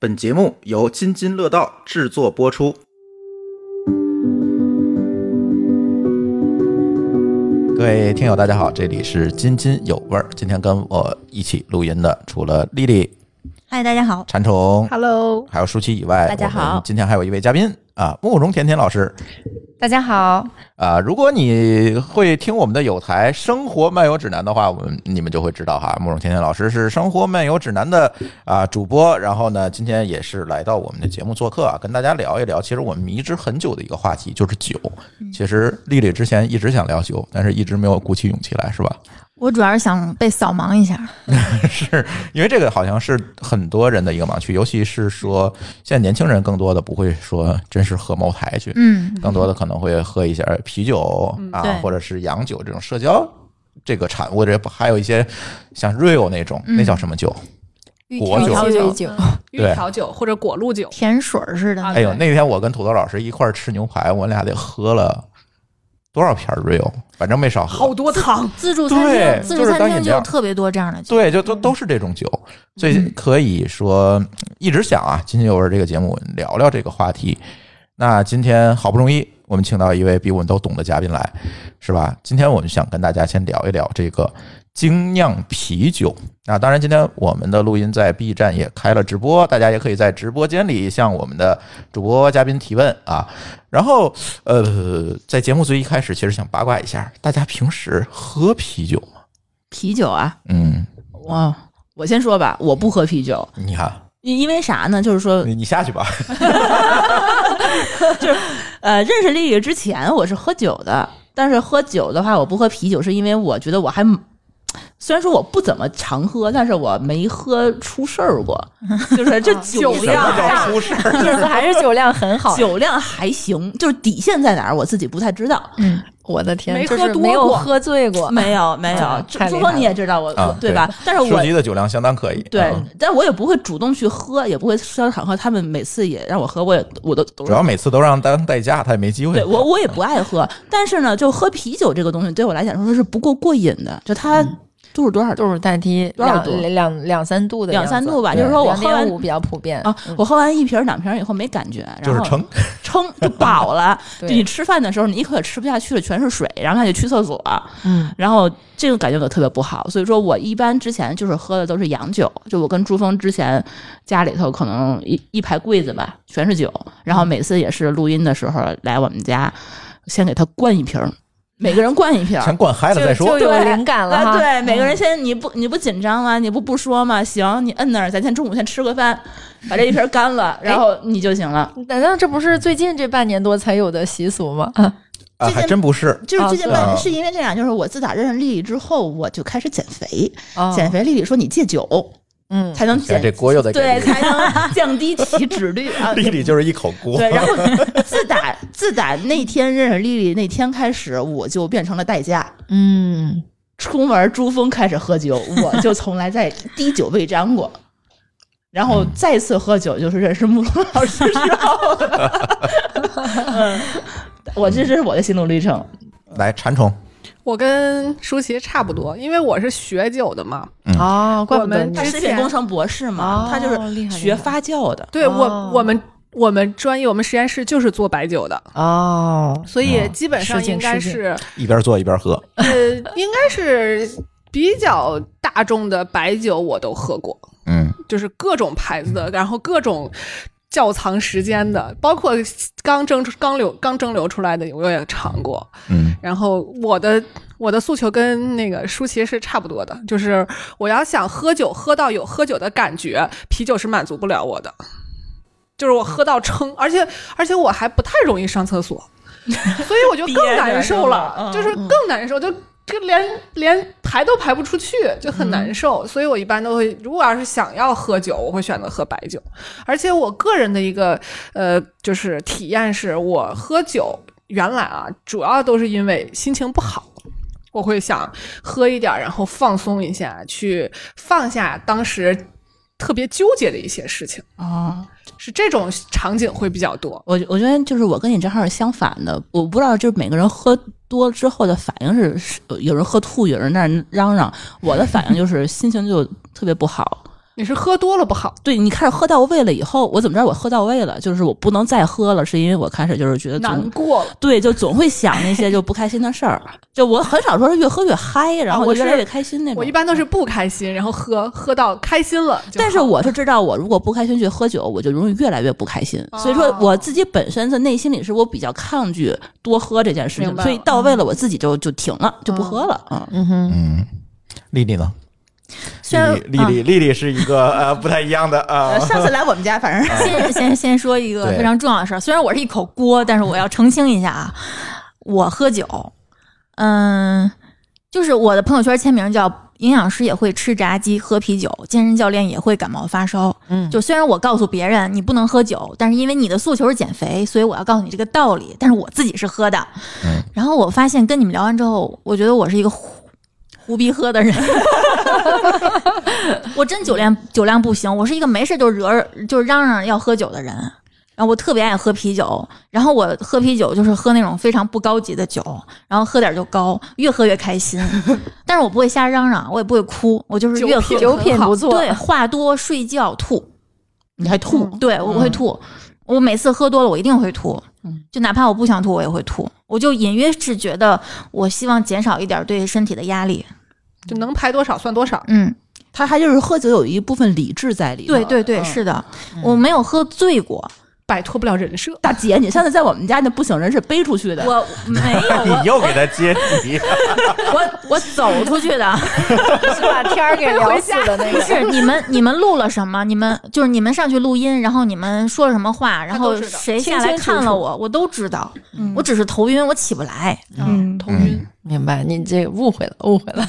本节目由津津乐道制作播出。各位听友，大家好，这里是津津有味儿。今天跟我一起录音的，除了丽丽、嗨，大家好。馋虫， Hello，还有舒淇以外，大家好我们今天还有一位嘉宾啊，慕容甜甜老师。大家好。啊，如果你会听我们的有台《生活漫游指南》的话，我们你们就会知道哈，慕容甜甜老师是《生活漫游指南的》啊主播，然后呢，今天也是来到我们的节目做客啊，跟大家聊一聊，其实我们迷之很久的一个话题就是酒。其实丽丽之前一直想聊酒，但是一直没有鼓起勇气来，是吧？我主要是想被扫盲一下，是因为这个好像是很多人的一个盲区，尤其是说现在年轻人更多的不会说真是喝茅台去，嗯，更多的可能会喝一些啤酒啊对，或者是洋酒这种社交这个产物，或者还有一些像 Rio 那种，嗯那叫什么酒？果酒调酒酒，嗯对嗯玉调酒或者果露酒，甜水儿似的，啊哎呦，对那天我跟土豆老师一块儿吃牛排，我俩得喝了多少瓶 Rio，反正没少喝。好多 糖，自助餐对厅，自就助是当餐厅饮就料有特别多这样的酒。对，就都都是这种酒，所以可以说一直想啊，津津有味这个节目聊聊这个话题。那今天好不容易我们请到一位比我们都懂的嘉宾来，是吧？今天我们想跟大家先聊一聊这个精酿啤酒。那当然，今天我们的录音在 B 站也开了直播，大家也可以在直播间里向我们的主播嘉宾提问啊。然后，呃，在节目最一开始，其实想八卦一下，大家平时喝啤酒吗？啤酒啊，嗯，我我先说吧，我不喝啤酒，你看，因因为啥呢？就是 说，你你下去吧。呃，认识丽丽之前我是喝酒的，但是喝酒的话，我不喝啤酒，是因为我觉得我还。虽然说我不怎么常喝，但是我没喝出事儿过，就是这酒酒量量还大出事儿？意思还是酒量很 好。酒量还行，就是底线在哪儿我自己不太知道。嗯，我的天，没就喝是多没有过喝醉过。没有没有啊，这太厉朱害峰了你也知道我啊对吧？但是舒我淇的酒量相当可以。对嗯，但我也不会主动去喝，也不会商场喝。他们每次也让我喝，我也我都主主要每次都让当代驾，他也没机会。对我我也不爱喝，但是呢，就喝啤酒这个东西对我来讲说是不够过瘾的，就它度数多少度度数大低，多少两度两两三度的两三度吧，就是说我两喝完点五比较 普遍啊，我喝完一瓶儿两瓶儿以后没感觉，然就是后撑，撑就饱 了。就对你吃饭的时候，你一口也吃不下去了，全是水，然后还得去厕所，嗯，然后这个感觉我特别不好。所以说我一般之前就是喝的都是洋酒，就我跟朱峰之前家里头可能一一排柜子吧，全是酒，然后每次也是录音的时候来我们家，先给他灌一瓶儿，每个人灌一瓶儿，先灌嗨了再说就。有对灵感了啊，哈。嗯对，每个人先你不你不紧张啊吗？你不不说吗？行，你摁那儿，咱先中午先吃个饭，把这一瓶干了，哎然后你就行了。难道这不是最近这半年多才有的习俗吗？啊，啊，还真不是。就是最近啊半是是因为这样，就是我自打认识丽丽之后，我就开始减肥。哦减肥，丽丽说你戒酒嗯，才能你看减，哎这锅又在对，才能降低体脂率 啊。丽丽就是一口锅。对，然后自打自打那天认识丽丽那天开始，我就变成了代驾。嗯，出门珠峰开始喝酒，我就从来在滴酒未沾过。然后再次喝酒就是认识慕容老师之后了。 嗯，我这这是我的心路历程。来，馋虫，我跟舒淇差不多，因为我是学酒的嘛。哦，怪不得我们你之前程博士哦厉害厉害酵的。对、哦我，我们我们专业，我们实验室就是做白酒的，哦，所以基本失上敬应该失敬是一边做一边喝。呃，应该是比较大众的白酒我都喝过，嗯，就是各种牌子的，然后各种。窖藏时间的，包括刚蒸刚流刚蒸馏出来的，我也尝过。嗯，然后我的我的诉求跟那个舒淇是差不多的，就是我要想喝酒喝到有喝酒的感觉，啤酒是满足不了我的。就是我喝到撑，而且而且我还不太容易上厕所，所以我就更难受 了，憋着就是是吧嗯更难受，就就连连排都排不出去，就很难受。所以我一般都会，如果要是想要喝酒，我会选择喝白酒。而且我个人的一个呃，就是体验是我喝酒原来啊，主要都是因为心情不好。我会想喝一点儿，然后放松一下，去放下当时特别纠结的一些事情，哦，是这种场景会比较多。我我觉得就是我跟你正好是相反的，我不知道就是每个人喝多了之后的反应是，是有人喝吐，有人在那儿嚷嚷，我的反应就是心情就特别不好。你是喝多了不好，对你开始喝到位了以后，我怎么知道我喝到位了？就是我不能再喝了，是因为我开始就是觉得难总过了。对，就总会想那些就不开心的事儿。就我很少说是越喝越嗨，然后我就越来是越开心那种。我一般都是不开心，然后喝喝到开心了就好。但是我是知道，我如果不开心去喝酒，我就容易越来越不开心。所以说，我自己本身的内心里是我比较抗拒多喝这件事明情，白所以了到位了，我自己就就停了，就不嗯喝了。嗯，嗯哼，嗯，丽丽呢？虽然啊丽啊丽丽丽丽是一个呃不太一样的呃，次来我们家，反正先先先说一个对非常重要的事儿，虽然我是一口锅，但是我要澄清一下啊，我喝酒，嗯，就是我的朋友圈签名叫“营养师也会吃炸鸡、喝啤酒，健身教练也会感冒发烧”。嗯就虽然我告诉别人你不能喝酒，但是因为你的诉求是减肥，所以我要告诉你这个道理。但是我自己是喝的，嗯然后我发现跟你们聊完之后，我觉得我是一个胡胡逼喝的人。 我真酒量酒量不行，我是一个没事就惹就是嚷嚷要喝酒的人。然后我特别爱喝啤酒，然后我喝啤酒就是喝那种非常不高级的酒，然后喝点就高，越喝越开心。但是我不会瞎嚷嚷，我也不会哭，我就是越喝酒酒品不错，对话多、睡觉、吐，你还吐，对我会吐。我每次喝多了，我一定会吐嗯，就哪怕我不想吐，我也会吐。我就隐约是觉得，我希望减少一点对身体的压力。就能排多少算多少。嗯，他还就是喝酒有一部分理智在里头。对对对，嗯是的，我没有喝醉过，摆脱不了人设。大姐，你上次在我们家那不省人事背出去 的，我没有，你我又给他接题，我我走出去的。是把 天儿给聊死的那 不个。是你们，你们录了什么？你们就是你们上去录音，然后你们说了什么话，然后知道谁下来清清楚楚看了我，我都知道。我只是头晕，我起不来。嗯，头 晕，明白，你这个误会了，误会了。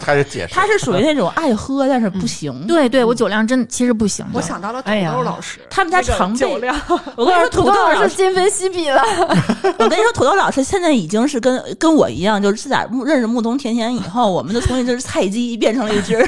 他是解释。他是属于那种爱喝但是不行。，对对，我酒量真其实不行的。 我想到了土哎呀豆老师，他们家那个常备酒量，我跟你说，土豆老师今非昔比了，我跟你说，土豆老师现在已经是跟跟我一样，就是自打木认识木东甜甜以后，我们就从一只菜鸡变成了一只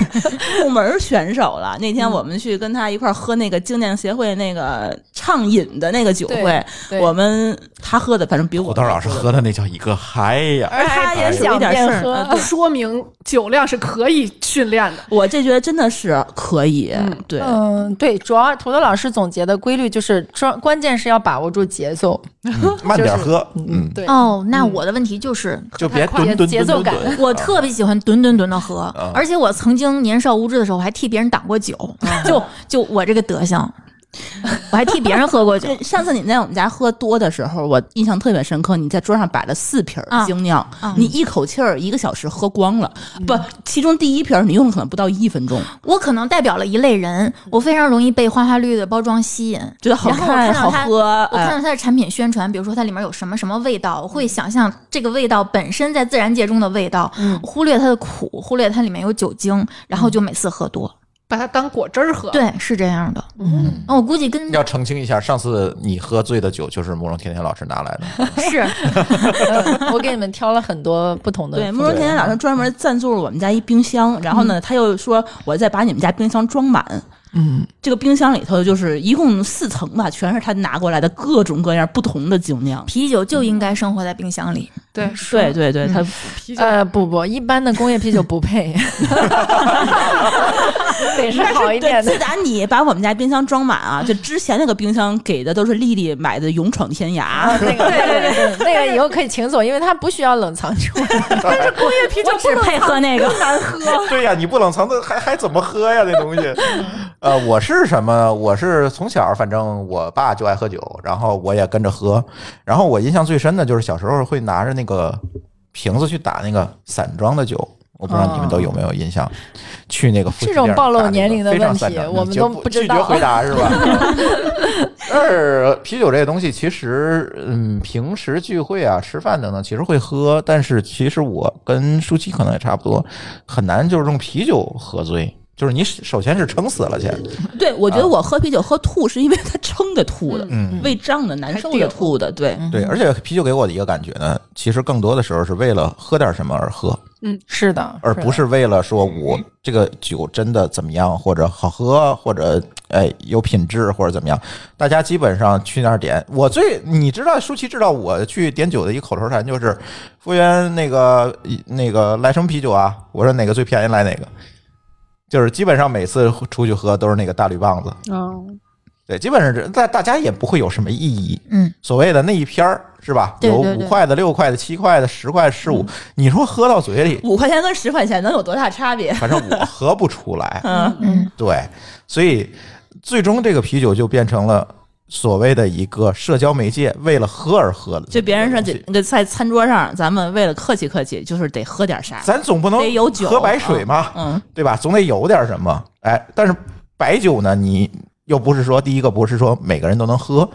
木门选手了。那天我们去跟他一块儿喝那个精酿协会那个畅饮的那个酒会对，对我们他喝的反正比我土豆老师喝的那叫一个嗨呀！而他也有一想点事变儿。喝呃。对说明酒量是可以训练的。我这觉得真的是可以，嗯对，嗯，对，主要土豆老师总结的规律就是，关关键是要把握住节奏。 嗯慢点喝，嗯，对，哦，那我的问题就是，就别快蹲蹲节蹲奏蹲感蹲。 我特别喜欢吨吨吨的喝，啊而且我曾经年少无知的时候，我还替别人挡过酒，啊就就我这个德行，我还替别人喝过酒 就。上次你在我们家喝多的时候，我印象特别深刻。你在桌上摆了四瓶儿啊精酿，啊嗯你一口气儿一个小时喝光了，不，其中第一瓶儿你用了可能不到一分钟，我可能代表了一类人，我非常容易被花花绿绿的包装吸引。觉得好然后我看看到好它喝，我看哎到它的产品宣传，比如说它里面有什么什么味道，我会想象这个味道本身在自然界中的味道，嗯忽略它的苦，忽略它里面有酒精，然嗯后就每次喝多。 把它当果汁儿喝。，对，是这样的。嗯，那我估计跟要澄清一下，上次你喝醉的酒就是慕容甜甜老师拿来的， 是我给你们挑了很多不同的。对，慕容甜甜老师专嗯门赞助了我们家一冰箱，然后呢，他又说我再把你们家冰箱装满。嗯，这个冰箱里头就是一共四层吧，全是他拿过来的各种各样不同的精酿。啤酒就应该生活在冰箱里。对，对对对，他啤酒呃，不不，一般的工业啤酒不配， 得是好一点对，自。的打你把我们家冰箱装满啊，就之前那个冰箱给的都是丽丽买的《勇闯天涯啊，那个，对对对，那个以后可以请走，因为它不需要冷藏住。啤酒》只配喝那个。难喝，对呀，你不冷藏的还还怎么喝呀？那东西。呃，我是什么？我是从小反正我爸就爱喝酒，然后我也跟着喝。然后我印象最深的就是小时候会拿着那个瓶子去打那个散装的酒。我不知道你们都有没有印象，去那个夫妻这种店暴露打那个年龄的非常问题散装我你们就都不不知拒道绝回答是 吧？二啤酒这个东西，其实嗯，平时聚会啊、吃饭等等，其实会喝，但是其实我跟舒淇可能也差不多，很难就是用啤酒喝醉。就是你首先是撑死了先，对，我觉得我喝啤酒喝吐是因为它撑的吐的，嗯胃胀的难受的吐的，对。对，而且啤酒给我的一个感觉呢，其实更多的时候是为了喝点什么而喝，是的，而不的是为了说我这个酒真的怎么样，或者好喝，或者哎有品质，或者怎么样。大家基本上去那儿点，我最你知道，舒淇知道我去点酒的一口头禅就是，服务员那个那个来什么啤酒啊？我说哪个最便宜来哪个。就是基本上每次出去喝都是那个大绿棒子，嗯，对，基本上这大大家也不会有什么意义。嗯，所谓的那一篇儿是吧？对对有对嗯五块的、六块的、七块的、十块、十五，你说喝到嘴里，五块钱跟十块钱能有多大差别？反正我喝不出来。 嗯，嗯，对，所以最终这个啤酒就变成了所谓的一个社交媒介，为了喝而喝的。就别人说这那个在餐桌上，咱们为了客气客气，就是得喝点啥。咱总不能得有酒喝白水嘛，嗯，对吧？总得有点什么。哎，但是白酒呢，你又不是说第一个不是说每个人都能喝，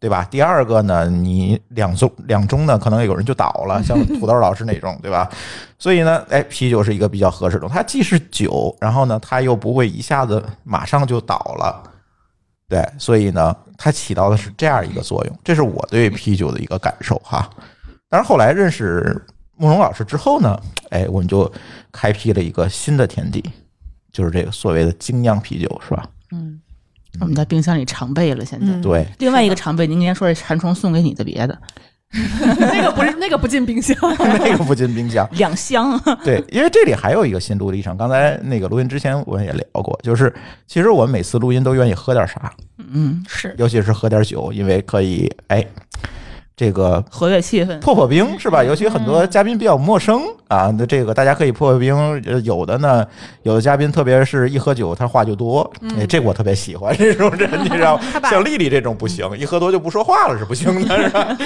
对吧？第二个呢，你两盅两盅呢，可能有人就倒了，像土豆老师那种，对吧？所以呢，哎，啤酒是一个比较合适的，它既是酒，然后呢，它又不会一下子马上就倒了。对，所以呢，它起到的是这样一个作用，这是我对啤酒的一个感受哈。但是后来认识慕容老师之后呢，哎，我们就开辟了一个新的天地，就是这个所谓的精酿啤酒，是吧？我们在冰箱里常备了，现在。嗯对， 另外一个常备，您应该说是馋虫送给你的别的那个不是那个不进冰箱，那个不进冰 箱。两箱，对，因为这里还有一个心路历程。刚才那个录音之前我们也聊过，就是其实我们每次录音都愿意喝点啥，嗯，是尤其是喝点酒，因为可以哎，这个活跃气氛。破破冰是嗯吧？尤其很多嘉宾比较陌生啊，那这个大家可以破破冰。呃有的呢，有的嘉宾特别是一喝酒，他话就多，嗯哎，这个我特别喜欢这种人，你知 道吗？像丽丽这种不行，嗯一喝多就不说话了是不行的，是 吧？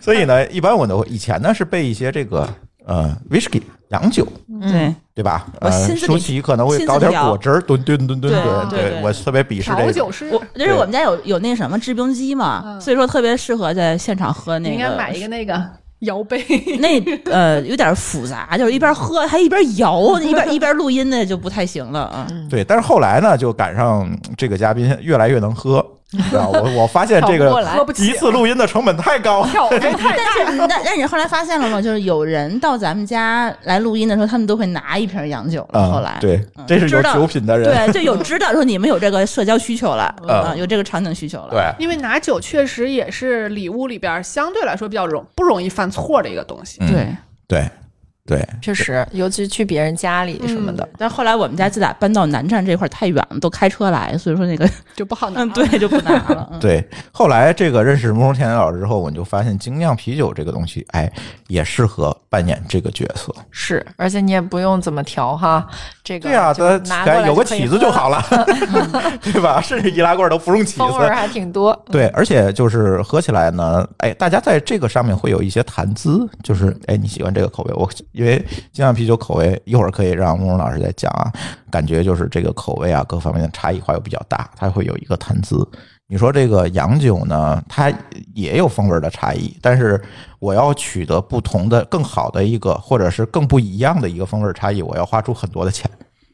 所以呢，一般我都以前呢是备一些这个呃 whisky 洋酒。对，对吧？我呃，亲自舒给淇可能会亲自搞点调果汁儿，吨吨吨吨对吨。对对我特别鄙视这调个。酒师我就是我们家有有那什么制冰机嘛，嗯所以说特别适合在现场喝那你个。应该买一个那个摇杯，那呃有点复杂，就是一边喝还一边摇，一边一边录音的就不太行了啊。嗯对，但是后来呢，就赶上这个嘉宾越来越能 喝，知道吧我我发现这调不过个 来喝不一起，次录音的成本太高 了。跳哎太 但是那但是你后来发现了吗？就是有人到咱们家来录音的时候，他们都会拿一瓶洋酒了。啊，后来对嗯，这是有知道酒品的人，对，就有知道说你们有这个社交需求了嗯啊，有这个场景需求了。对，因为拿酒确实也是礼物里边儿相对来说比较容不容易犯错的一个东西。嗯对。对对，确实，尤其去别人家里什么的，但后来我们家自打搬到南站这块儿太远了，都开车来，所以说那个就不好拿。嗯， 对，就不拿了。 嗯，对，后来这个认识慕容天老师之后，我就发现精酿啤酒这个东西，哎，也适合扮演这个角色。是，而且你也不用怎么调哈，这个对啊，就它拿过来有个可以起子就喝了，好了， 对吧？甚至易拉罐都不用起 风味子儿。还挺多。对，而且就是喝起来呢，哎，大家在这个上面会有一些谈资，就是哎，你喜欢这个口味，我因为精酿啤酒口味，一会儿可以让慕容老师再讲啊，感觉就是这个口味啊，各方面的差异化又比较大，它会有一个谈资。你说这个洋酒呢，它也有风味的差异，但是我要取得不同的、更好的一个，或者是更不一样的一个风味差异，我要花出很多的钱。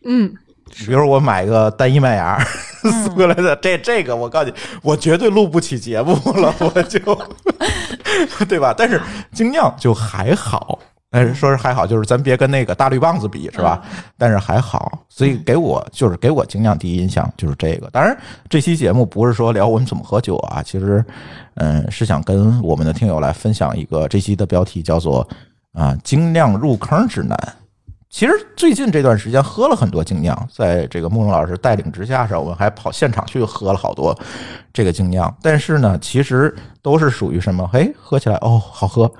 嗯，比如我买个单一麦芽 苏格兰的，这这个我告诉你，我绝对录不起节目了，我就，对吧？但是精酿就还好，但是说是还好，就是咱别跟那个大绿棒子比，是吧？但是还好，所以给我就是给我精酿第一印象就是这个。当然，这期节目不是说聊我们怎么喝酒啊，其实，嗯，是想跟我们的听友来分享一个这期的标题叫做啊精酿入坑指南。其实最近这段时间喝了很多精酿，在这个慕容老师带领之下上，我们还跑现场去喝了好多这个精酿。但是呢，其实都是属于什么？哎，喝起来哦，好喝。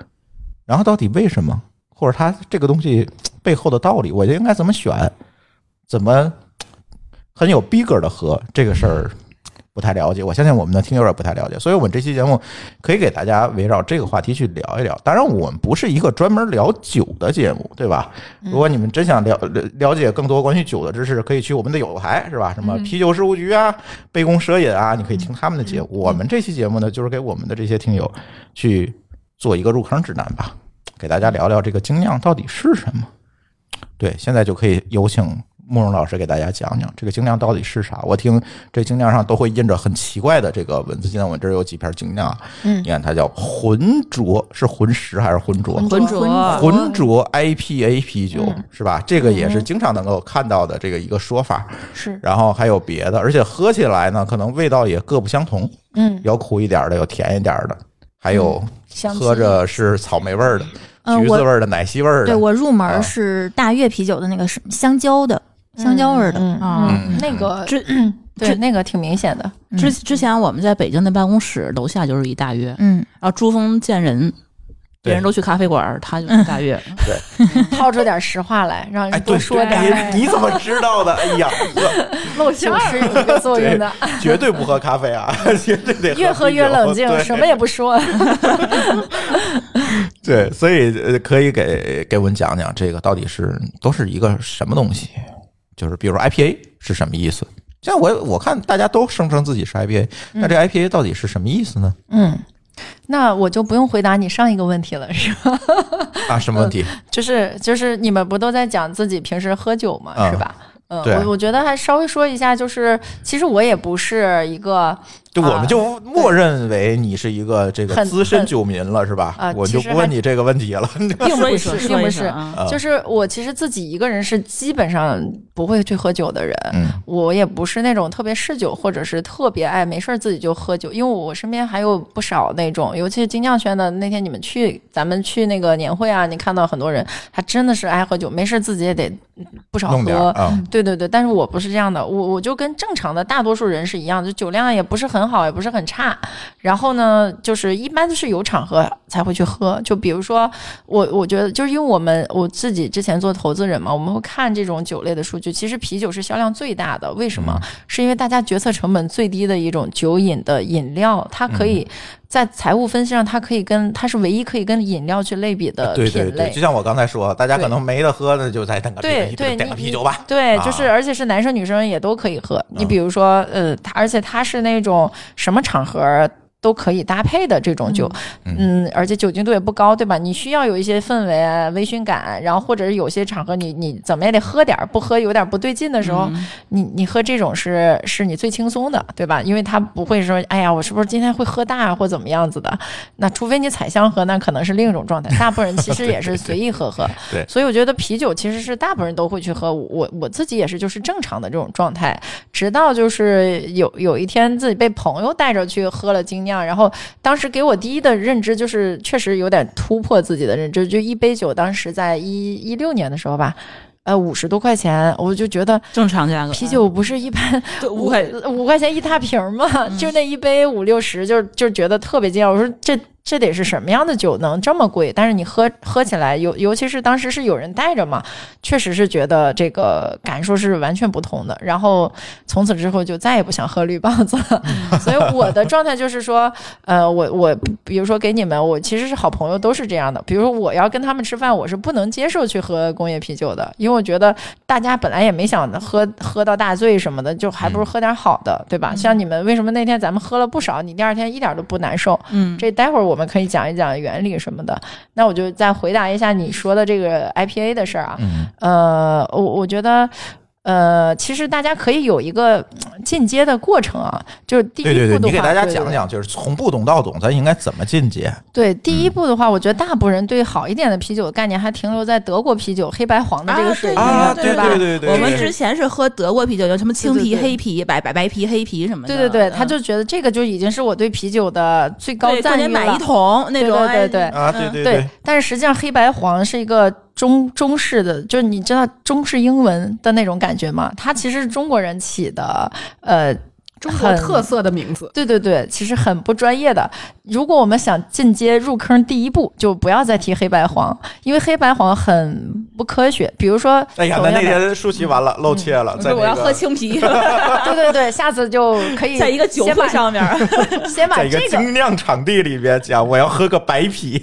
然后到底为什么？或者它这个东西背后的道理，我就应该怎么选？怎么很有逼格的喝这个事儿不太了解，我相信我们的听友也不太了解，所以我们这期节目可以给大家围绕这个话题去聊一聊。当然，我们不是一个专门聊酒的节目，对吧？如果你们真想了了解更多关于酒的知识，可以去我们的有台，是吧？什么啤酒事务局啊、杯弓蛇影啊，你可以听他们的节目。我们这期节目呢，就是给我们的这些听友去做一个入坑指南吧，给大家聊聊这个精酿到底是什么。对，现在就可以有请慕容老师给大家讲讲这个精酿到底是啥。我听这精酿上都会印着很奇怪的这个文字，现在我这儿有几瓶精酿，啊嗯你看它叫浑浊，是浑石还是浑浊？浑浑浊哦浊浑浊 IPA 啤酒、嗯是吧？这个也是经常能够看到的这个一个说法。是，然后还有别的，而且喝起来呢，可能味道也各不相同，嗯，有苦一点的，有甜一点的，还有香喝气着是草莓味儿的、呃橘子嗯我味儿的、奶昔味儿的。对我入啊门是大悦啤酒的那个是香蕉的，香蕉味儿的。嗯啊嗯那个之对那个挺明显的，之之前我们在北京的办公室楼下就是一大约，嗯，然后珠峰见人，对别人都去咖啡馆儿，他就是大约。掏出点实话来，让哎，人对，多说点哎儿。你怎么知道的？哎 呀，漏酒是有一个作用的，绝对不喝咖啡啊， 绝对得越喝喝越啤酒冷静，对什么也不说。 对，所以呃，可以给给我们讲讲这个到底是都是一个什么东西？就是比如说 IPA 是什么意思？像我我看大家都声称自己是 IPA，那这 IPA 到底是什么意思呢？嗯，那我就不用回答你上一个问题了，是吧？啊，什么问题？呃就是就是你们不都在讲自己平时喝酒嘛，嗯是吧？嗯，对我我觉得还稍微说一下，就是其实我也不是一个就我啊们就默认为你是一个这个很资深很酒民了，是吧？啊我就其实不问还你这个问题 了。并不是是，并不不是啊，啊就是我其实自己一个人是基本上不会去喝酒的人，嗯我也不是那种特别嗜酒或者是特别爱没事儿自己就喝酒，因为我身边还有不少那种，尤其是金匠轩的那天你们去咱们去那个年会啊，你看到很多人他真的是爱喝酒，没事儿自己也得嗯不少弄点儿喝。啊，对对对，但是我不是这样的，我我就跟正常的大多数人是一样，就酒量也不是很好，也不是很差。然后呢，就是一般都是有场合才会去喝，就比如说我，我觉得就是因为我们我自己之前做投资人嘛，我们会看这种酒类的数据。其实啤酒是销量最大的，为什么？嗯是因为大家决策成本最低的一种酒饮的饮料，它可以嗯在财务分析上，它可以跟它是唯一可以跟饮料去类比的品对类。对对，就像我刚才说，大家可对能没得喝，那就再点个对啤酒，对，点个你啤酒吧。对，就啊是而且是男生女生也都可以喝。你嗯比如说，呃，它而且它是那种什么场合。都可以搭配的这种酒，嗯而且酒精度也不高，对吧？你需要有一些氛围啊、微醺感，然后或者是有些场合你你怎么也得喝点儿，不喝有点不对劲的时候，嗯你你喝这种是是你最轻松的，对吧？因为它不会说，哎呀，我是不是今天会喝大啊或怎么样子的？那除非你采香喝，那可能是另一种状态。大部分人其实也是随意喝喝，对所以我觉得啤酒其实是大部分人都会去喝，我我自己也是就是正常的这种状态，直到就是有有一天自己被朋友带着去喝了精酿，然后当时给我第一的认知就是确实有点突破自己的认知，就一杯酒当时在一一六年的时候吧。呃，五十多块钱，我就觉得正常价格。啊啤酒不是一般 对五块五块钱一大瓶儿嘛，就那一杯五六十，就是就觉得特别惊讶。我说这这得是什么样的酒能这么贵？但是你喝喝起来，尤尤其是当时是有人带着嘛，确实是觉得这个感受是完全不同的。然后从此之后就再也不想喝绿棒子了。所以我的状态就是说，呃，我我比如说给你们，我其实是好朋友都是这样的。比如说我要跟他们吃饭，我是不能接受去喝工业啤酒的，因为我觉得大家本来也没想喝喝到大醉什么的，就还不如喝点好的，对吧？像你们为什么那天咱们喝了不少，你第二天一点都不难受？嗯，这待会儿我们可以讲一讲原理什么的。那我就再回答一下你说的这个 IPA 的事儿啊。嗯呃，我我觉得。呃，其实大家可以有一个嗯进阶的过程啊，就是第一步对的对话，对，你给大家对对讲嗯对讲，就是从不懂到懂，咱应该怎么进阶？对，第一步的话，我觉得大部分人对好一点的啤酒的概念还停留在德国啤酒黑白黄的这个水平，啊对吧？对对对我们之前是喝德国啤酒，有什么青对啤、对对黑啤、白白白啤、黑啤什么的。对对对，嗯他就觉得这个就已经是我对啤酒的最高对过赞誉年买了一。桶那种。对对对哎啊，对嗯对对，但是实际上黑白黄是一个中中式的，就是你知道中式英文的那种感觉吗？它其实是中国人起的，呃，中国很特色的名字，对对对，其实很不专业的。如果我们想进阶入坑，第一步就不要再提黑白黄，因为黑白黄很不科学。比 如说，哎呀，同那样那的嗯天舒淇完了，露怯了，我在说我要那喝个青 啤，对对对，下次就可以在一个酒先会把上面，先把在一个这个精酿场地里边讲，我要喝个白啤。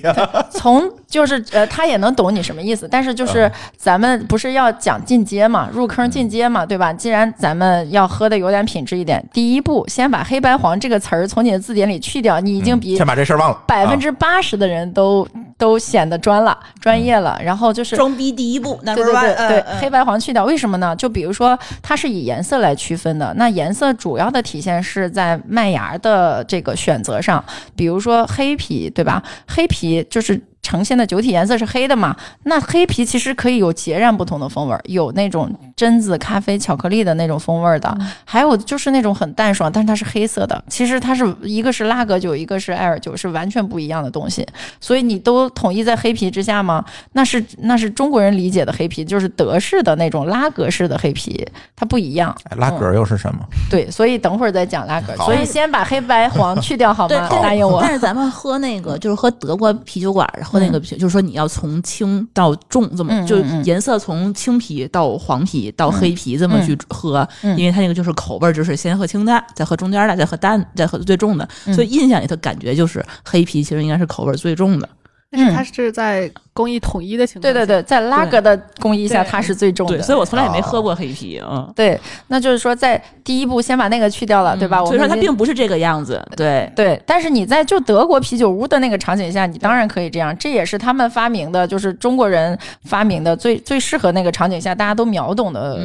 从就是呃，他也能懂你什么意思，但是就是咱们不是要讲进阶嘛，入坑进阶嘛，对吧？既然咱们要喝的有点品质一点，第一步先把黑白黄这个词儿从你的字典里去掉，你已经比嗯先把这事儿忘了，百啊分之八十的人都都显得专了、专业了，然后就是 装逼第一 步，嗯那对不对是对对，黑黑白黄去掉，为什么呢？就比如说，它是以颜色来区分的。那颜色主要的体现是在麦芽的这个选择上，比如说黑啤，对吧？黑啤就是。呈现的酒体颜色是黑的嘛，那黑啤其实可以有截然不同的风味儿，有那种榛子、咖啡、巧克力的那种风味儿的，还有就是那种很淡爽，但是它是黑色的。其实它是一个是拉格酒，一个是艾尔酒，是完全不一样的东西。所以你都统一在黑啤之下吗？那是那是中国人理解的黑啤，就是德式的那种拉格式的黑啤，它不一样。哎拉格儿又是什么？对，所以等会儿再讲拉格。好所以先把黑白黄去掉好对，吗？答但应是我但。是咱们喝那个，就是喝德国啤酒馆儿喝那个啤酒，就是说你要从轻到重这么，嗯嗯嗯就嗯颜色从青啤到黄啤到黑啤这么去喝，嗯因为它那个就是口味儿，就是先喝清淡，再喝中间的，再喝淡，再喝最重的。嗯所以印象里头感觉就是黑啤其实应该是口味儿最重的。但是嗯它是在工艺统一的情况对下，对对，在拉格的工艺下，对它是最重的。哦对，所以我从来也没喝过黑啤，嗯，对，那就是说，在第一步先把那个去掉了，对吧？我嗯所以说们它已经并不是这个样子，对。对，但是你在就德国啤酒屋的那个场景下，你当然可以这样，这也是他们发明的，就是中国人发明的最最适合那个场景下大家都秒懂的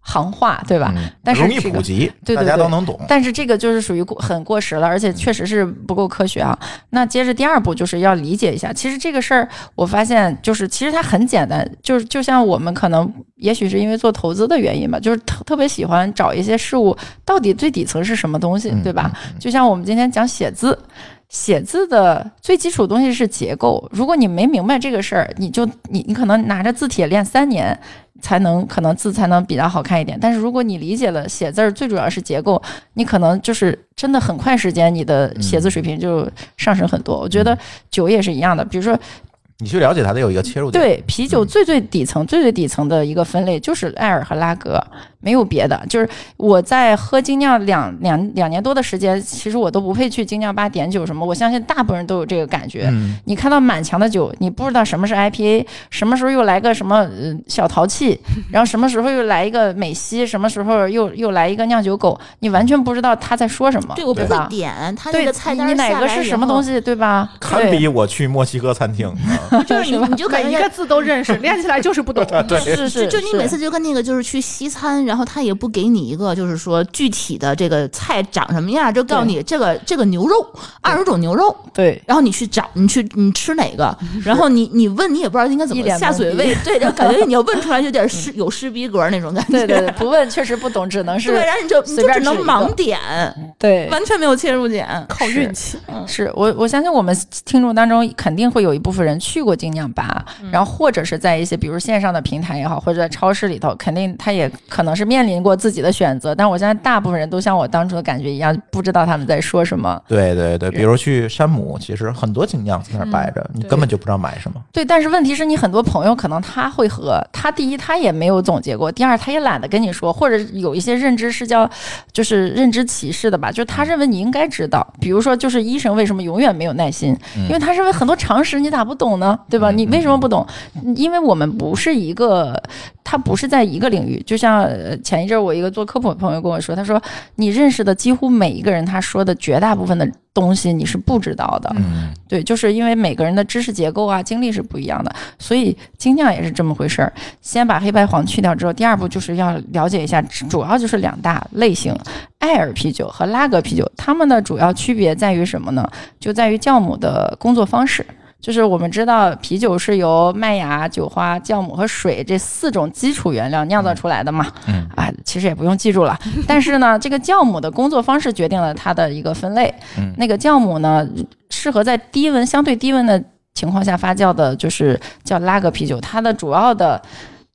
行话，对吧？嗯但是容易这个普及，对对大家对都能懂。但是这个就是属于过很过时了，而且确实是不够科学啊。那接着第二步就是要理解一下，其实这个事儿我发现就是其实它很简单，就是就像我们可能也许是因为做投资的原因吧，就是特特别喜欢找一些事物到底最底层是什么东西，嗯对吧？就像我们今天讲写字。写字的最基础的东西是结构，如果你没明白这个事儿，你就你你可能拿着字帖练三年，才能可能字才能比较好看一点。但是如果你理解了写字儿最主要是结构，你可能就是真的很快时间你的写字水平就上升很多。我觉得酒也是一样的，比如说你去了解它得有一个切入点。嗯对啤酒最最底层、最最底层的一个分类就是艾尔和拉格，没有别的。就是我在喝精酿两两两年多的时间，其实我都不配去精酿八点九什么，我相信大部分人都有这个感觉。嗯，你看到满墙的酒，你不知道什么是 IPA，什么时候又来个什么呃小淘气，然后什么时候又来一个美西，什么时候又又来一个酿酒狗，你完全不知道他在说什么，这个我不对会吧？点，它那对个菜单你哪下个来是以什么后 东？西，对吧？堪比我去墨西哥餐厅。啊就是你你就感每一觉个字都认识，练起来就是不懂。 对，嗯是是，就是就你每次就跟那个就是去西餐，然后他也不给你一个就是说具体的这个菜长什么样，就告诉你这个这个牛肉二十种牛肉，对。然后你去找你去你吃哪 个，然后你你问你也不知道应该怎一么脸下懵嘴逼 味，对，然后感觉你要问出来就有点失有失逼格那种感觉，对对对，不问确实不懂，只能是 对，然后你就你随就便只能指一个盲点，对完全没有切入点，靠运气，是我，我相信我们听众当中肯定会有一部分人去过精酿吧，然后或者是在一些比如线上的平台也好，或者在超市里头，肯定他也可能是面临过自己的选择。但我相信大部分人都像我当初的感觉一样，不知道他们在说什么。对对对，比如去山姆，其实很多精酿在那儿摆嗯着，你根本就不知道买什么。对，但是问题是你很多朋友可能他会喝，他第一他也没有总结过，第二他也懒得跟你说，或者有一些认知是叫就是认知歧视的吧，就他认为你应该知道，比如说就是医生为什么永远没有耐心，因为他认为很多常识你咋不懂呢，对吧？你为什么不懂？因为我们不是一个，他不是在一个领域。就像呃前一阵儿我一个做科普的朋友跟我说，他说你认识的几乎每一个人，他说的绝大部分的东西你是不知道的，嗯，对，就是因为每个人的知识结构啊、经历是不一样的，所以精酿也是这么回事儿。先把黑白黄去掉之后，第二步就是要了解一下，主要就是两大类型：艾尔啤酒和拉格啤酒。它们的主要区别在于什么呢？就在于酵母的工作方式。就是我们知道，啤酒是由麦芽、酒花、酵母和水这四种基础原料酿造出来的嘛。嗯啊，其实也不用记住了。但是呢，这个酵母的工作方式决定了它的一个分类。嗯那个酵母呢，适合在低温、相对低温的情况下发酵的，就是叫拉格啤酒。它的主要的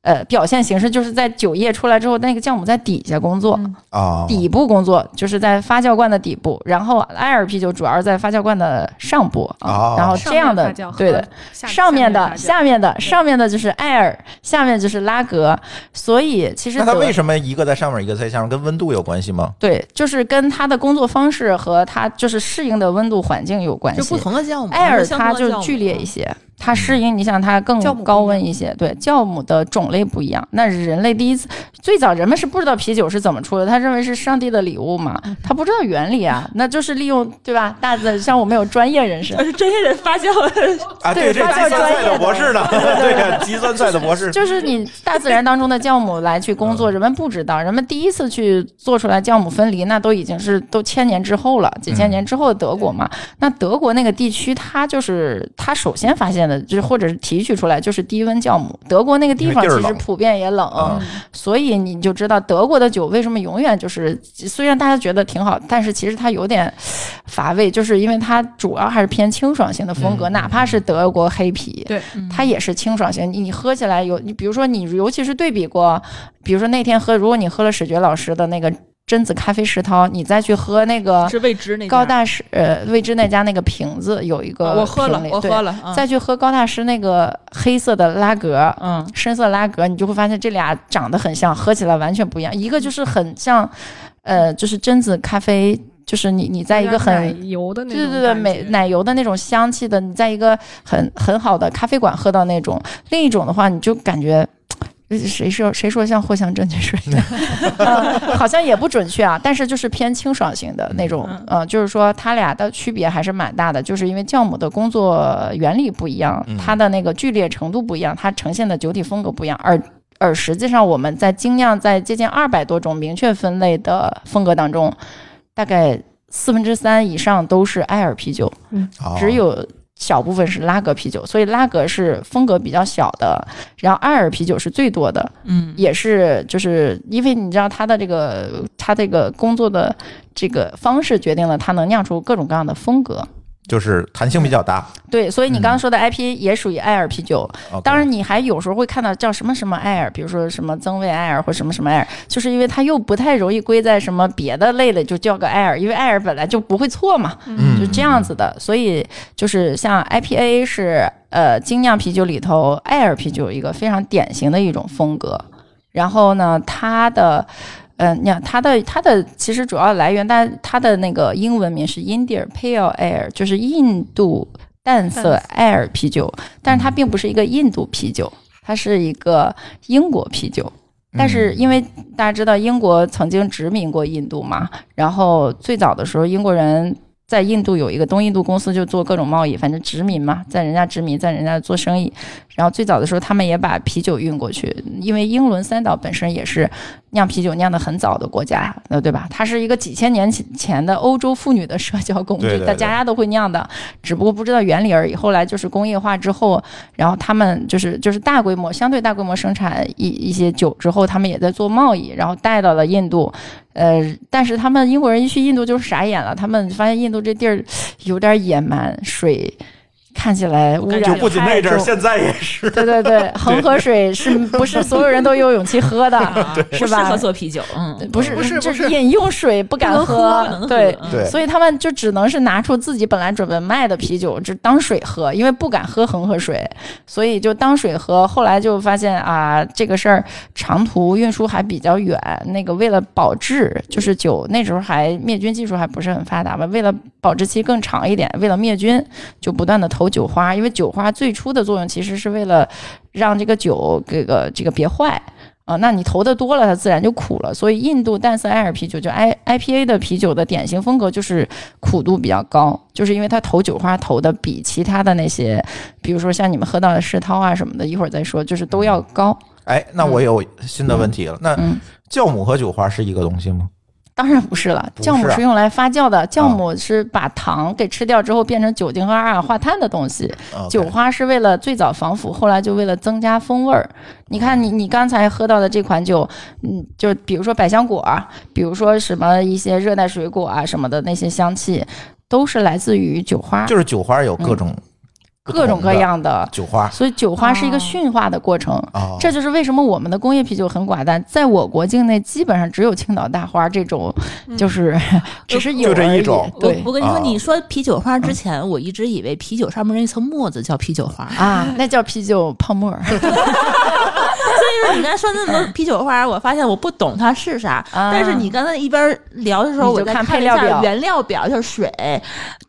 呃表现形式就是在酒液出来之后，那个酵母在底下工作，啊，底部工作就是在发酵罐的底部。然后艾尔啤酒主要是在发酵罐的上部啊哦，然后上这样的面发酵和对的。下上面的、下下面的、上面的就是艾尔，下面就是拉格，所以其实那它德为什么一个在上面，一个在下面，跟温度有关系吗？对，就是跟它的工作方式和它就是适应的温度环境有关系。就不同的酵母，啊艾尔它它就是剧烈一些，它适应你想它更啊酵母不一样高温一些，对，酵母的种类不一样。那人类第一次最早人们是不知道啤酒是怎么出的，他认为是上帝的礼物嘛，他不知道原理啊，那就是利用对吧？大自像我们有专业人士，而是专业人发酵的，啊，对这发酵计算专菜业的的博士呢？ 对呀，计算菜的博 士。就是你大自然当中的酵母来去工嗯作，人们不知道，人们第一次去做出来酵母分离，那都已经是都千年嗯之后了，几千年之后的德国嘛。那德国那个地区，它就是它首先发现的的，就是或者是提取出来就是低温酵母。德国那个地方因为地儿其冷实普遍也冷，嗯所以你就知道德国的酒为什么永远就是，虽然大家觉得挺好，但是其实它有点乏味，就是因为它主要还是偏清爽型的风格，嗯哪怕是德国黑啤，对嗯它也是清爽型。你你喝起来有，你比如说你尤其是对比过，比如说那天喝，如果你喝了史爵老师的那个榛子咖啡石涛，你再去喝那个是未知那高家大师呃未知那家那个瓶子有一个啊瓶里，我喝了，我对喝了，嗯再去喝高大师那个黑色的拉格，嗯，深色拉格，你就会发现这俩长得很像，喝起来完全不一样。一个就是很像，呃，就是榛子咖啡，就是你你在一个很奶油的那对种对对对感美觉奶油的那种香气的，你在一个很很好的咖啡馆喝到那种；另一种的话，你就感觉。呃谁说谁说像藿香正气水 的、嗯好像也不准确啊，但是就是偏清爽型的那种，嗯、就是说它俩的区别还是蛮大的，就是因为酵母的工作原理不一样嗯，它的那个剧烈程度不一样，它呈现的酒体风格不一样，而而实际上我们在精酿在接近二百多种明确分类的风格当中，大概四分之三以上都是艾尔啤酒，哦只有小部分是拉格啤酒，所以拉格是风格比较小的，然后艾尔啤酒是最多的，嗯，也是就是因为你知道它的这个它这个工作的这个方式决定了它能酿出各种各样的风格。就是弹性比较大。对，所以你刚刚说的 IP 也属于艾尔啤酒， OK 嗯当然，你还有时候会看到叫什么什么艾尔，比如说什么增味艾尔或什么什么艾尔，就是因为它又不太容易归在什么别的类里，就叫个艾尔，因为艾尔本来就不会错嘛，嗯就这样子的。所以就是像 IPA 是呃精酿啤酒里头艾尔啤酒一个非常典型的一种风格。然后呢，它的嗯，你看它的它的其实主要来源，但它的那个英文名是 India Pale Ale，就是印度淡色艾尔啤酒，但是它并不是一个印度啤酒，它是一个英国啤酒。嗯但是因为大家知道英国曾经殖民过印度嘛，然后最早的时候英国人。在印度有一个东印度公司，就做各种贸易，反正殖民嘛，在人家殖民，在人家做生意。然后最早的时候，他们也把啤酒运过去，因为英伦三岛本身也是酿啤酒酿得很早的国家，呃，对吧？它是一个几千年前前的欧洲妇女的社交工具，对对对大家都会酿的，只不过不知道原理而已。后来就是工业化之后，然后他们就是就是大规模相对大规模生产一一些酒之后，他们也在做贸易，然后带到了印度。呃，但是他们英国人一去印度就是傻眼了，他们发现印度这地儿有点野蛮，水看起来污染就不仅太那阵儿，重现在也是。对对对，恒河水是不是所有人都有勇气喝的？不是适吧合做啤酒，嗯，不是不是这不是饮用水不敢能喝，能喝，对。嗯对所以他们就只能是拿出自己本来准备卖的啤酒，只当水喝，因为不敢喝恒河水，所以就当水喝。后来就发现啊，这个事儿长途运输还比较远，那个为了保质，就是酒那时候还灭菌技术还不是很发达吧，为了保质期更长一点，为了灭菌，就不断的投酒花，因为酒花最初的作用其实是为了让这个酒这个这个别坏。啊，那你投的多了，它自然就苦了。所以印度淡色艾尔啤酒就 I IPA 的啤酒的典型风格就是苦度比较高，就是因为它投酒花投的比其他的那些，比如说像你们喝到的世涛啊什么的，一会儿再说，就是都要高。哎，那我有新的问题了。那嗯，酵母和酒花是一个东西吗？当然不是了，不是啊酵母是用来发酵的，酵母是把糖给吃掉之后变成酒精和二氧化碳的东西。 OK 嗯酒花是为了最早防腐，后来就为了增加风味儿。你看你，你刚才喝到的这款酒，嗯，就比如说百香果啊，比如说什么一些热带水果啊什么的那些香气，都是来自于酒花，就是酒花有各种、不同嗯各种各的样的。酒花所以酒花哦是一个驯化的过程，啊，这就是为什么我们的工业啤酒很寡淡，在我国境内基本上只有青岛大花这种，就是、 只是有就这一而已种对嗯我我跟你啊说，你说啤酒花之前，我一直以为啤酒上面那层沫子叫啤酒花。啊，那叫啤酒泡沫儿所以说你刚才说 那么多啤酒花，我发现我不懂它是啥。啊 但是你刚才一边聊的时候，你我就在看看了一配料下表原料表，就是水、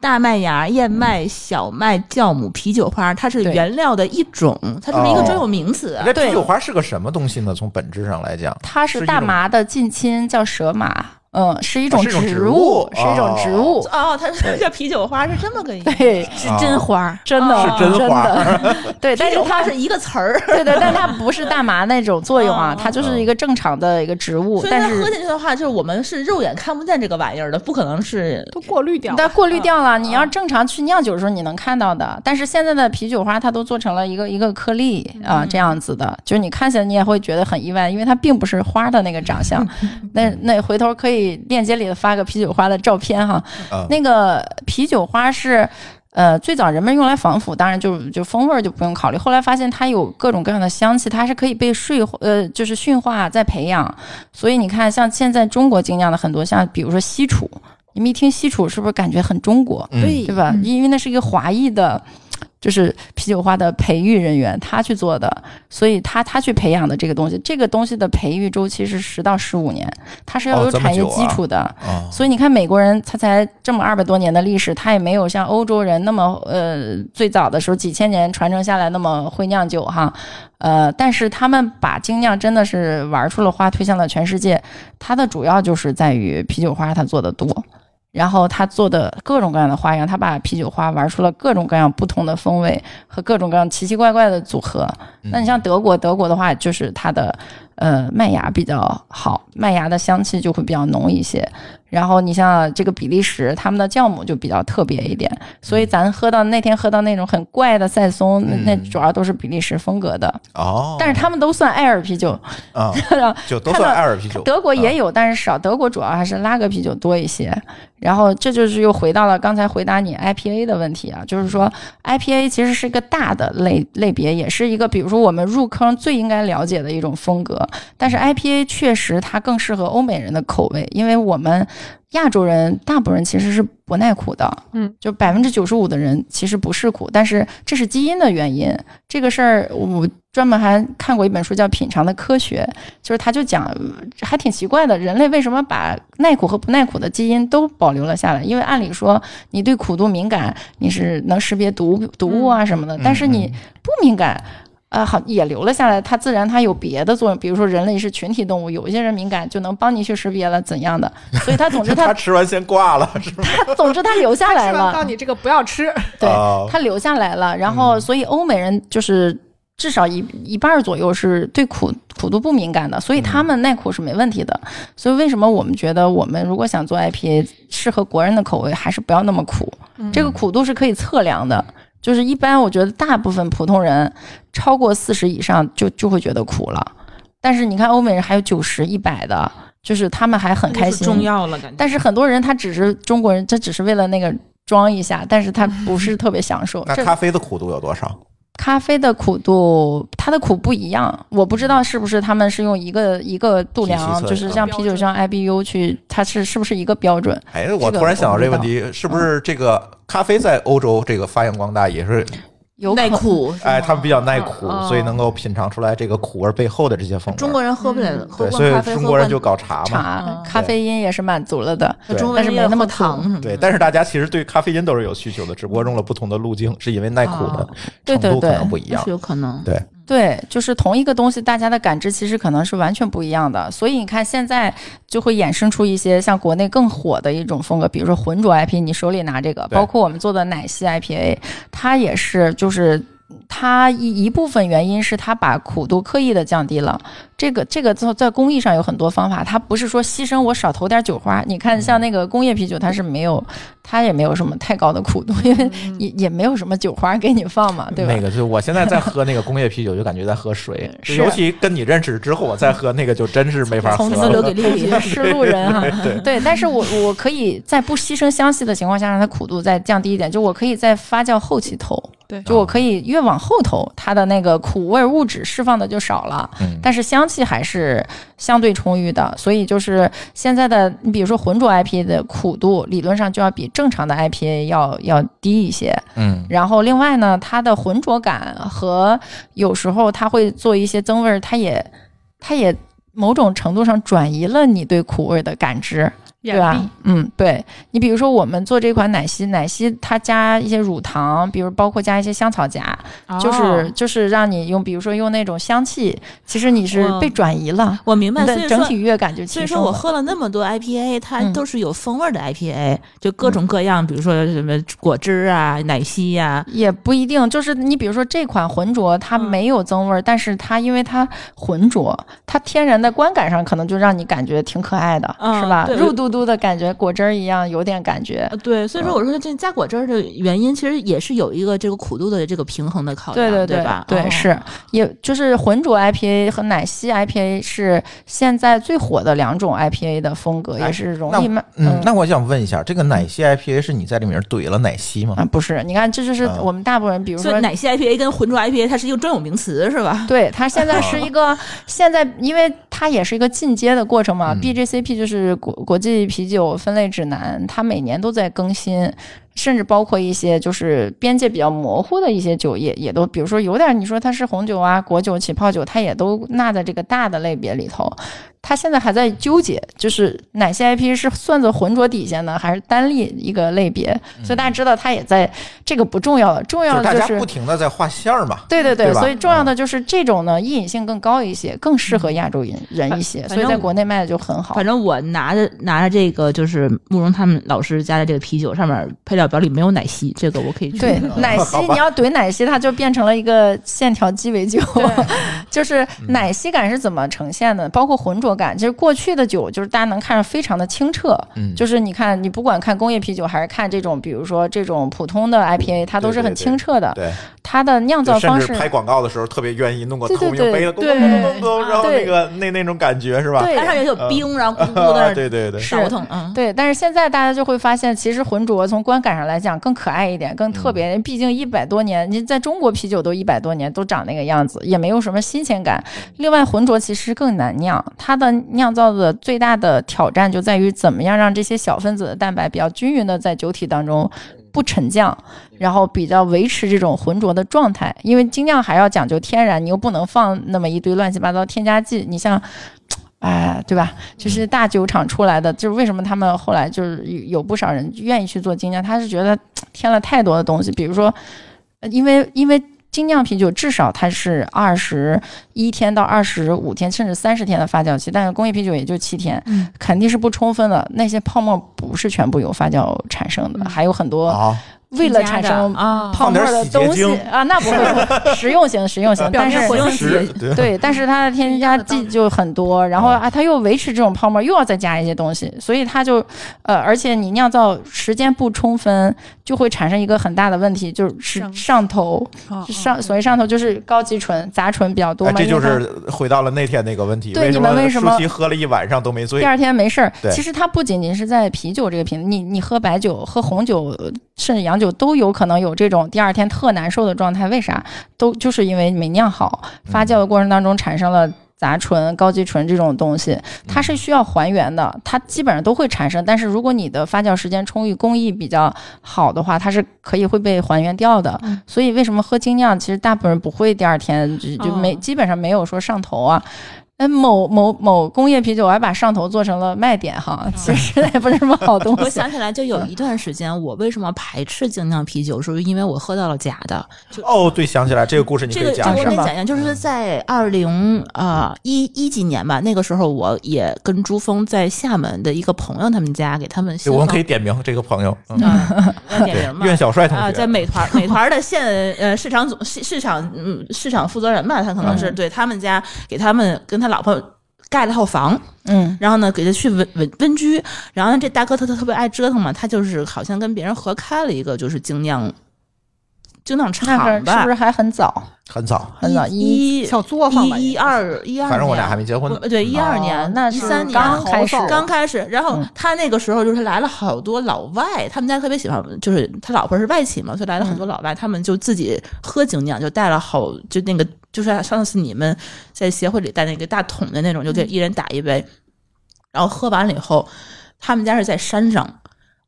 大麦芽、燕麦、小麦、酵母、啤酒花，它是对原料的一种，它就是一个哦专有名词。那对啤酒花是个什么东西呢？从本质上来讲，它是是一大种啊麻的近亲，叫蛇麻。嗯，是一种是一种植植物是一种植物，哦，它是叫啤酒花，是这么个意思。对，是啊真花儿，真的、哦是真花真的，对，但啤是酒它花是一个词儿，对对，但它不是大麻那种作用啊哦，它嗯就是一个正常的一个植物所，以它但喝是进去的话，就是我们是肉眼看不见这个玩意儿的，不可能是都过滤啊掉了。它过滤嗯掉了。你要正常去酿酒的时候，你能看到的。但是现在的啤酒花，它都做成了一个一个颗粒啊、嗯这样子的，就是你看起来你也会觉得很意外，因为它并不是花的那个 长相。那那回头可以链接里发个啤酒花的照片哈。啊那个啤酒花是。呃，最早人们用来防腐，当然就就风味儿就不用考虑。后来发现它有各种各样的香气，它是可以被睡呃就是驯化再培养。所以你看，像现在中国精酿的很多，像比如说西楚，你们一听西楚是不是感觉很中国，嗯对对吧？嗯因为那是一个华裔的，就是啤酒花的培育人员他去做的，所以他他去培养的这个东西，这个东西的培育周期是十到十五年，它是要哦有这么产业久啊基础的。啊所以你看，美国人他才这么二百多年的历史，他也没有像欧洲人那么呃最早的时候几千年传承下来那么会酿酒哈，呃，但是他们把精酿真的是玩出了花，推向了全世界。它的主要就是在于啤酒花它做的多，然后它做的各种各样的花样，它把啤酒花玩出了各种各样不同的风味和各种各样奇奇怪怪的组合。嗯那你像德国，德国的话就是它的呃麦芽比较好，麦芽的香气就会比较浓一些。然后你像这个比利时，他们的酵母就比较特别一点，嗯所以咱喝到那天喝到那种很怪的赛松，那那嗯主要都是比利时风格的，哦，但是他们都算爱尔啤酒， 啊，就都算看到爱尔啤酒，德国也有，但是少。德国主要还是拉格啤酒多一些。然后这就是又回到了刚才回答你 IPA 的问题啊，就是说 IPA 其实是一个大的类类别，也是一个比如说我们入坑最应该了解的一种风格。但是 IPA 确实它更适合欧美人的口味，因为我们亚洲人大部分人其实是不耐苦的，嗯，就百分之九十五的人其实不是苦，但是这是基因的原因。这个事儿我专门还看过一本书叫《品尝的科学》，就是他就讲这还挺奇怪的，人类为什么把耐苦和不耐苦的基因都保留了下来？因为按理说你对苦度敏感，你是能识别毒毒物啊什么嗯的，但是你不敏感。呃，好，也留了下来，它自然它有别的作用，比如说人类是群体动物，有一些人敏感就能帮你去识别了怎样的，所以它总之 他它吃完先挂了，是吧？它总之它留下它 来吃完了告。诉你这个不要吃，对哦，它留下来了。然后，所以欧美人就是至少一一半儿左右是对苦苦度不敏感的，所以他们耐苦是没问题的。所以为什么我们觉得我们如果想做 IPA，适合国人的口味，还是不要那么苦。这个苦度是可以测量的。就是一般，我觉得大部分普通人超过四十以上就就会觉得苦了，但是你看欧美人还有九十、一百的，就是他们还很开心。中药了，感觉。但是很多人他只是中国人，他只是为了那个装一下，但是他嗯不是特别享受。那这咖啡的苦度有多少？咖啡的苦度，它的苦不一样，我不知道是不是他们是用一个一个度体系量，测就是像啤酒像 IBU 去，它是是不是一个标准？哎，我这个突然想到我不这知个问题，是不是这个咖啡在欧洲这个发扬光大也是？有耐可苦是吗，哎，他们比较耐苦，哦所以能够品尝出来这个苦味背后的这些风味。中国人喝不了，喝对，不所惯咖以啡，中喝国不人惯就搞茶嘛。茶嗯，咖啡因也是满足了的。对中文但是没那么苦糖什么的。对，但是大家其实对咖啡因都是有需求的，只不过用了不同的路径，是因为耐苦的哦对程度对可对能不一样是。有可能。对，对，就是同一个东西，大家的感知其实可能是完全不一样的。所以你看，现在就会衍生出一些像国内更火的一种风格，比如说浑浊 IP，你手里拿这个，对包括我们做的奶昔 IPA，它也是就是。它一一部分原因是它把苦度刻意的降低了，这个这个在在工艺上有很多方法，它不是说牺牲我少投点酒花。你看，像那个工业啤酒，它是没有，它也没有什么太高的苦度，因嗯为也也没有什么酒花给你放嘛，对吧？那个就是我现在在喝那个工业啤酒，就感觉在喝水， 是尤其跟你认识之后，我再喝那个就真是没 法喝从此留了。给丽丽。是路 人哈、对，但是我我可以在不牺牲香气的情况下，让它苦度再降低一点，就我可以在发酵后期投，对就哦我可以越往后投，它的那个苦味物质释放的就少了，嗯但是香气还是相对充裕的，所以就是现在的，你比如说浑浊 IPA 的苦度，理论上就要比正常的 IPA 要要低一些，嗯，然后另外呢，它的浑浊感和有时候它会做一些增味儿，它也它也某种程度上转移了你对苦味儿的感知。对吧？嗯，对你比如说我们做这款奶昔，奶昔它加一些乳糖，比如包括加一些香草荚，哦就是就是让你用，比如说用那种香气，其实你是哦被转移了，我明白，你所以的整说。体愉悦感就所提以升说我了。喝了那么多 IPA，它嗯都是有风味儿的 IPA，、就各种各样，比如说什么果汁啊、奶昔呀、也不一定，就是你比如说这款浑浊，它嗯没有增味儿，但是它因为它浑浊，它天然的观感上可能就让你感觉挺可爱的，嗯是吧？对哦肉嘟嘟的感觉，果汁儿一样，有点感觉。呃对，所以说我说这加果汁儿的原因，其实也是有一个这个苦度的这个平衡的考量，对对对吧？对哦是，也就是浑浊 IPA 和奶昔 IPA 是现在最火的两种 IPA 的风格，哎也是容那易卖。嗯，那我想问一下，这个奶昔 IPA 是你在里面怼了奶昔吗啊？不是，你看这就是嗯我们大部分人，比如所说以奶昔 IPA 跟浑浊 IPA 它是一个专有名词，是吧？对，它现在是 一个现在，因为它也是一个进阶的过程嘛。嗯 BJCP 就是国国际啤酒分类指南，它每年都在更新，甚至包括一些就是边界比较模糊的一些酒也也都，比如说有点你说它是红酒啊、果酒、起泡酒，它也都纳在这个大的类别里头。它现在还在纠结，就是哪些 IP 是算作浑浊底下呢，还是单立一个类别？所以大家知道，它也在这个不重要了，重嗯就要是的大啊就家是不停的在画线儿嘛。对对对，对吧嗯所以重要的就是这种呢，易饮性更高一些，更适合亚洲人人一些，反所以正在我国内卖的就很好反。正我拿着拿着这个，就是慕容他们老师家的这个啤酒，上面配料表里没有奶昔，这个我可以对嗯奶昔好，吧你要怼奶昔，它就变成了一个线条鸡尾酒， 就是嗯奶昔感是怎么呈现的，包括浑浊感。其实过去的酒就是大家能看着非常的清澈，嗯，就是你看，你不管看工业啤酒还是看这种，比如说这种普通的 IPA，它都是嗯对对很对清澈的，对，它的酿就嗯造方甚式至拍广告的时候特别愿意弄个对透对明对杯子，咚对啊咚咚咚咚，然后那对个那那种感觉是吧？对它上面有呃冰，然 后咕咕咕啊在那儿对对对，倒腾，嗯，对，但是现在大家就会发现，其实浑浊从观感上来讲更可爱一点，更特别。毕竟一百多年，你在中国啤酒都一百多年都长那个样子，也没有什么新鲜感。另外，浑浊其实更难酿，它的酿造的最大的挑战就在于怎么样让这些小分子的蛋白比较均匀的在酒体当中不沉降，然后比较维持这种浑浊的状态。因为精酿还要讲究天然，你又不能放那么一堆乱七八糟添加剂。你像哎，对吧？嗯就是大酒厂出来的，就是为什么他们后来就是有有不少人愿意去做精酿，他是觉得添了太多的东西，比如说，呃因为因为精酿啤酒至少它是二十一天到二十五天，甚至三十天的发酵期，但是工业啤酒也就七天，嗯肯定是不充分的。那些泡沫不是全部由发酵产生嗯的，还有很多啊，为了产生啊，泡沫放点的洗洁东西精啊，那不会， 实用型实用型，但是活性是剂， 对对，但是它的添加剂就很多，然后哦啊，它又维持这种泡沫，又要再加一些东西，所以它就呃，而且你酿造时间不充分，就会产生一个很大的问题，就是上上头哦上，所谓上头就是高级醇、杂醇比较多哎，嘛，这因就为它是回到了那天那个问题，对什你们为什么舒淇喝了一晚上都没醉第？二天没事儿对。其实它不仅仅是在啤酒这个品，你你喝白酒、喝红酒，呃甚至洋酒都有可能有这种第二天特难受的状态。为啥？都就是因为没酿好，发酵的过程当中产生了。杂醇、高级醇这种东西，它嗯是需要还原的，它基本上都会产生。但是如果你的发酵时间充裕、工艺比较好的话，它是可以会被还原掉的。嗯所以为什么喝精酿，其实大部分人不会第二天就就没、哦基本上没有说上头啊。哎，某某某工业啤酒还把上头做成了卖点哈，其实也不是什么好东哦我西。想起来，就有一段时间，我为什么排斥精酿啤酒，是因为我喝到了假的。哦，对，想起来这个故事，你这可个以这讲个一我下得吧讲一下，嗯就是在二零啊一一几年吧，那个时候我也跟朱峰在厦门的一个朋友他们家给他们对新我们放可以点名这个朋友，嗯，嗯要点对名，嘛苑小帅同啊，在学，美团美团的县呃市场总市市场嗯市场负责人吧，他可能是、嗯对他们家给他们跟他老婆盖了套房，嗯，然后呢，给他去温温温居。然后呢，这大哥他他特别爱折腾嘛，他就是好像跟别人合开了一个就是精酿精酿厂那个是吧不是，还很早？很早，很早一一小作坊吧一一二一二，反正我俩还没结婚呢我。对，一二年，那一哦是三年刚开始好早哦刚开始。然后嗯他那个时候就是来了好多老外，他们家特别喜欢，就是他老婆是外企嘛，所以来了很多老外，他们就自己喝精酿，就带了好就那个就是上次你们在协会里带那个大桶的那种，就给一人打一杯，然后喝完了以后，他们家是在山上，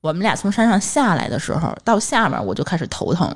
我们俩从山上下来的时候，到下面我就开始头疼。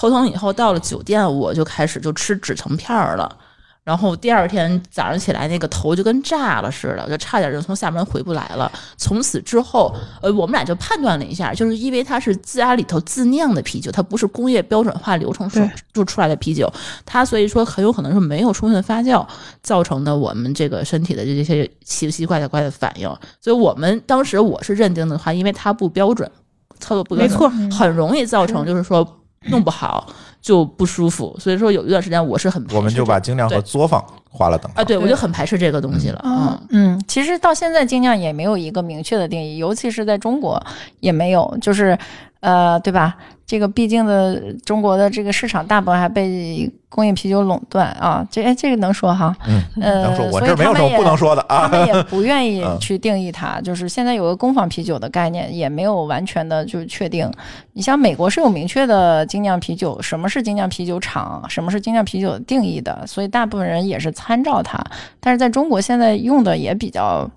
头疼以后到了酒店，我就开始就吃止疼片儿了，然后第二天早上起来，那个头就跟炸了似的，就差点就从厦门回不来了。从此之后，呃，我们俩就判断了一下，就是因为它是自家里头自酿的啤酒，它不是工业标准化流程出对就出来的啤酒，它所以说很有可能是没有充分发酵造成的我们这个身体的这些奇奇怪怪的反应。所以我们当时我是认定的话，因为它不标准，操作不标准，没错很容易造成就是说弄不好就不舒服。所以说有一段时间我是很排斥我们就把精酿和对作坊划了等号啊，。对我就很排斥这个东西了。嗯，嗯，其实到现在精酿也没有一个明确的定义，尤其是在中国也没有，就是呃，对吧？这个毕竟的中国的这个市场大部分还被工业啤酒垄断啊，这哎这个能说哈？嗯，呃能，说我所以这儿没有什他们么也不能说的他啊。们也不愿 意嗯去定义它，就是现在有个工坊啤酒的概念，也没有完全的就确定。你像美国是有明确的精酿啤酒，什么是精酿啤酒厂，什么是精酿啤酒的定义的，所以大部分人也是参照它。但是在中国现在用的也比较。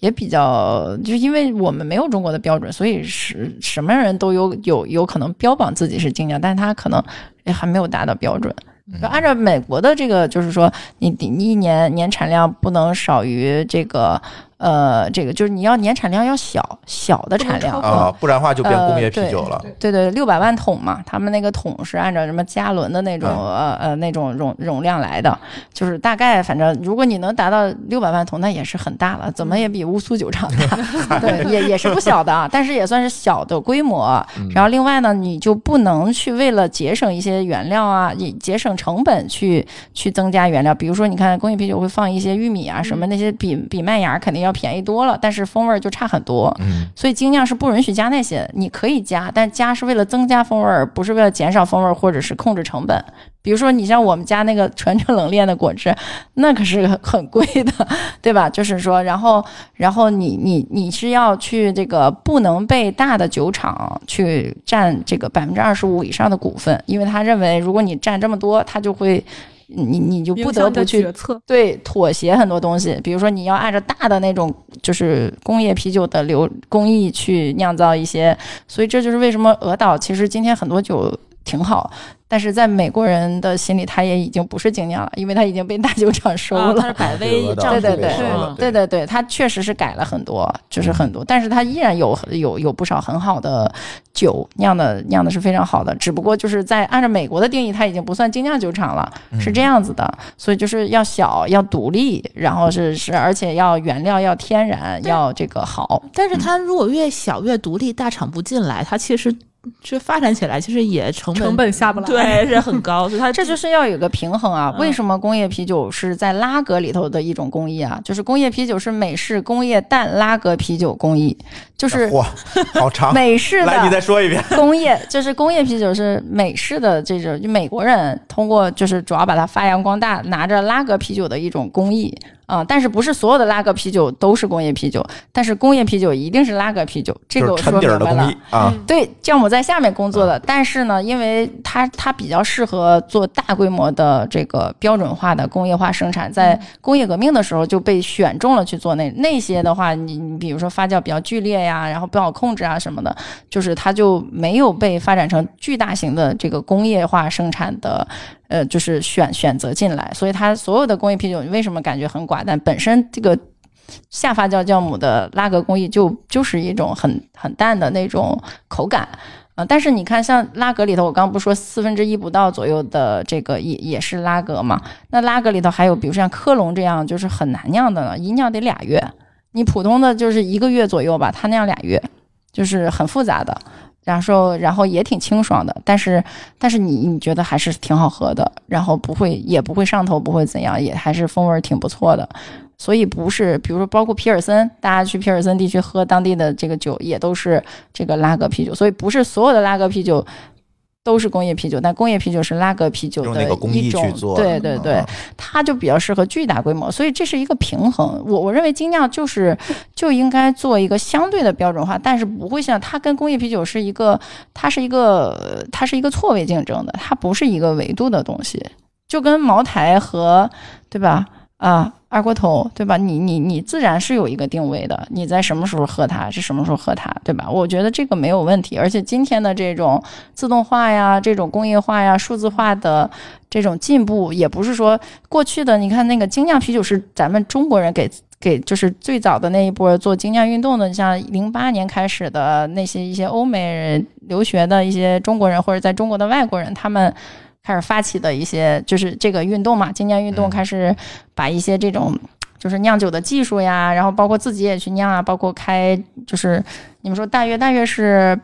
也比较，就因为我们没有中国的标准，所以是什么样人都有有有可能标榜自己是精酿，但是他可能哎还没有达到标准。就按照美国的这个，就是说你你你一年年产量不能少于这个呃这个，就是你要年产量要小小的产量不能超过啊，不然话就变工业啤酒了。嗯呃对对，六百万桶嘛，他们那个桶是按照什么加仑的那种、呃呃那种容容量来的，就是大概反正如果你能达到六百万桶，那也是很大了，怎么嗯也比乌苏酒厂大， 对，也也是不小的啊，但是也算是小的规模。嗯然后另外呢，你就不能去为了节省一些原料啊，也节省成本去去增加原料，比如说你看工业啤酒会放一些玉米啊什么那些比比麦芽肯定要便宜多了，但是风味儿就差很多。嗯，所以精酿是不允许加那些，你可以加，但加是为了增加风味儿，不是为了减少风味儿或者是控制成本。比如说，你像我们家那个纯正冷链的果汁，那可是很贵的， 对吧？就是说，然后，然后你你你是要去这个不能被大的酒厂去占这个百分之二十五以上的股份，因为他认为如果你占这么多，他就会你你就不影得响你不的去决策，对妥协很多东西，比如说你要按照大的那种就是工业啤酒的流工艺去酿造一些，所以这就是为什么俄岛其实今天很多酒挺好，但是在美国人的心里，它也已经不是精酿了，因为它已经被大酒厂收啊，了。它是百这威个丈夫对对对是吗对对对，它确实是改了很多，就是很多，但是它依然有有有不少很好的酒酿的酿的是非常好的，只不过就是在按照美国的定义，它已经不算精酿酒厂了，是嗯这样子的，所以就是要小，要独立，然后是是，而且要原料要天然，要这个好，但是它如果越小越独立，大厂不进来，它其实就发展起来其实也成本成本下不来。对是很高，所以它呃这就是要有个平衡啊。嗯为什么工业啤酒是在拉格里头的一种工艺啊？就是工业啤酒是美式工业淡拉格啤酒工艺，就是嚯，好长。美式啊来，你再的。说一遍。 工业就是工业啤酒是美式的这种，就美国人通过就是主要把它发扬光大，拿着拉格啤酒的一种工艺啊、但是不是所有的拉格啤酒都是工业啤酒，但是工业啤酒一定是拉格啤酒，这个就我是沉说底明儿的白了嗯工。艺啊，对，酵母在下面工作的，但是呢，因为它它比较适合做大规模的这个标准化的工业化生产，在工业革命的时候就被选中了去做那那些的话，你你比如说发酵比较剧烈呀，然后不好控制啊什么的，就是它就没有被发展成巨大型的这个工业化生产的。呃，就是选选择进来，所以它所有的工业啤酒，你为什么感觉很寡淡？本身这个下发酵酵母的拉格工艺就就是一种很很淡的那种口感。啊，但是你看，像拉格里头，我刚不是说四分之一不到左右的这个也也是拉格嘛？那拉格里头还有，比如像科隆这样，就是很难酿的呢，一酿得俩月。你普通的就是一个月左右吧，它酿俩月，就是很复杂的。然后，然后也挺清爽的，但是，但是你你觉得还是挺好喝的，然后不会也不会上头，不会怎样，也还是风味儿挺不错的。所以不是，比如说包括皮尔森，大家去皮尔森地区喝当地的这个酒，也都是这个拉格啤酒。所以不是所有的拉格啤酒都是工业啤酒，但工业啤酒是拉格啤酒用的那个工艺一种去，做的。对对对。嗯它就比较适合巨大规模，所以这是一个平衡。我我认为精酿就是就应该做一个相对的标准化，但是不会像它跟工业啤酒是一个，它是一个呃它是一个错位竞争的，它不是一个维度的东西，就跟茅台和对吧啊。二锅头，对吧？你你你自然是有一个定位的，你在什么时候喝它，是什么时候喝它，对吧？我觉得这个没有问题。而且今天的这种自动化呀、这种工业化呀、数字化的这种进步，也不是说过去的。你看那个精酿啤酒是咱们中国人给给就是最早的那一波做精酿运动的，像零八年开始的那些一些欧美人留学的一些中国人或者在中国的外国人，他们开始发起的一些就是这个运动嘛，精酿运动嗯开始把一些这种就是酿酒的技术呀，然后包括自己也去酿啊，包括开就是你们说大约大约是。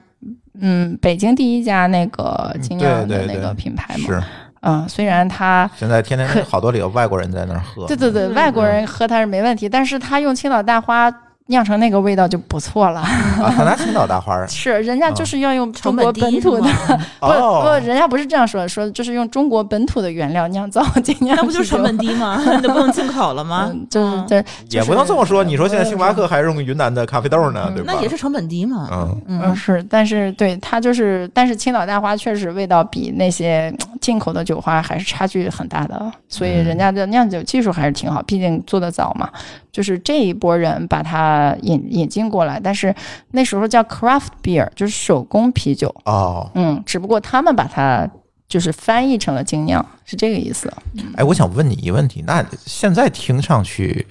嗯，北京第一家那个精酿对的嗯对那对个品牌嘛，是嗯，虽然它现在天天好多里有外国人在那儿喝，对对对，嗯外国人喝它是没问题，但是他用青岛大花酿成那个味道就不错 了。啊，拿青岛大花儿是，人家就是要用中成国本低本土的，是吗 不哦不，，人家不是这样说的，说就是用中国本土的原料酿造精 酿啤酒，那不就是成本低 吗？那就不能进口了吗？嗯，就是嗯对，也不能这么说。你说现在星巴克还用云南的咖啡豆呢，嗯对吧？那也是成本低嘛。嗯，嗯嗯，是，但是对它就是，但是青岛大花确实味道比那些嗯进口的酒花还是差距很大的，哦所以人家的酿酒技术还是挺好，毕竟做得早嘛。就是这一波人把它引引进过来，但是那时候叫 craft beer，就是手工啤酒，哦，嗯，只不过他们把它就是翻译成了精酿，是这个意思。哎，我想问你一个问题，那现在听上去。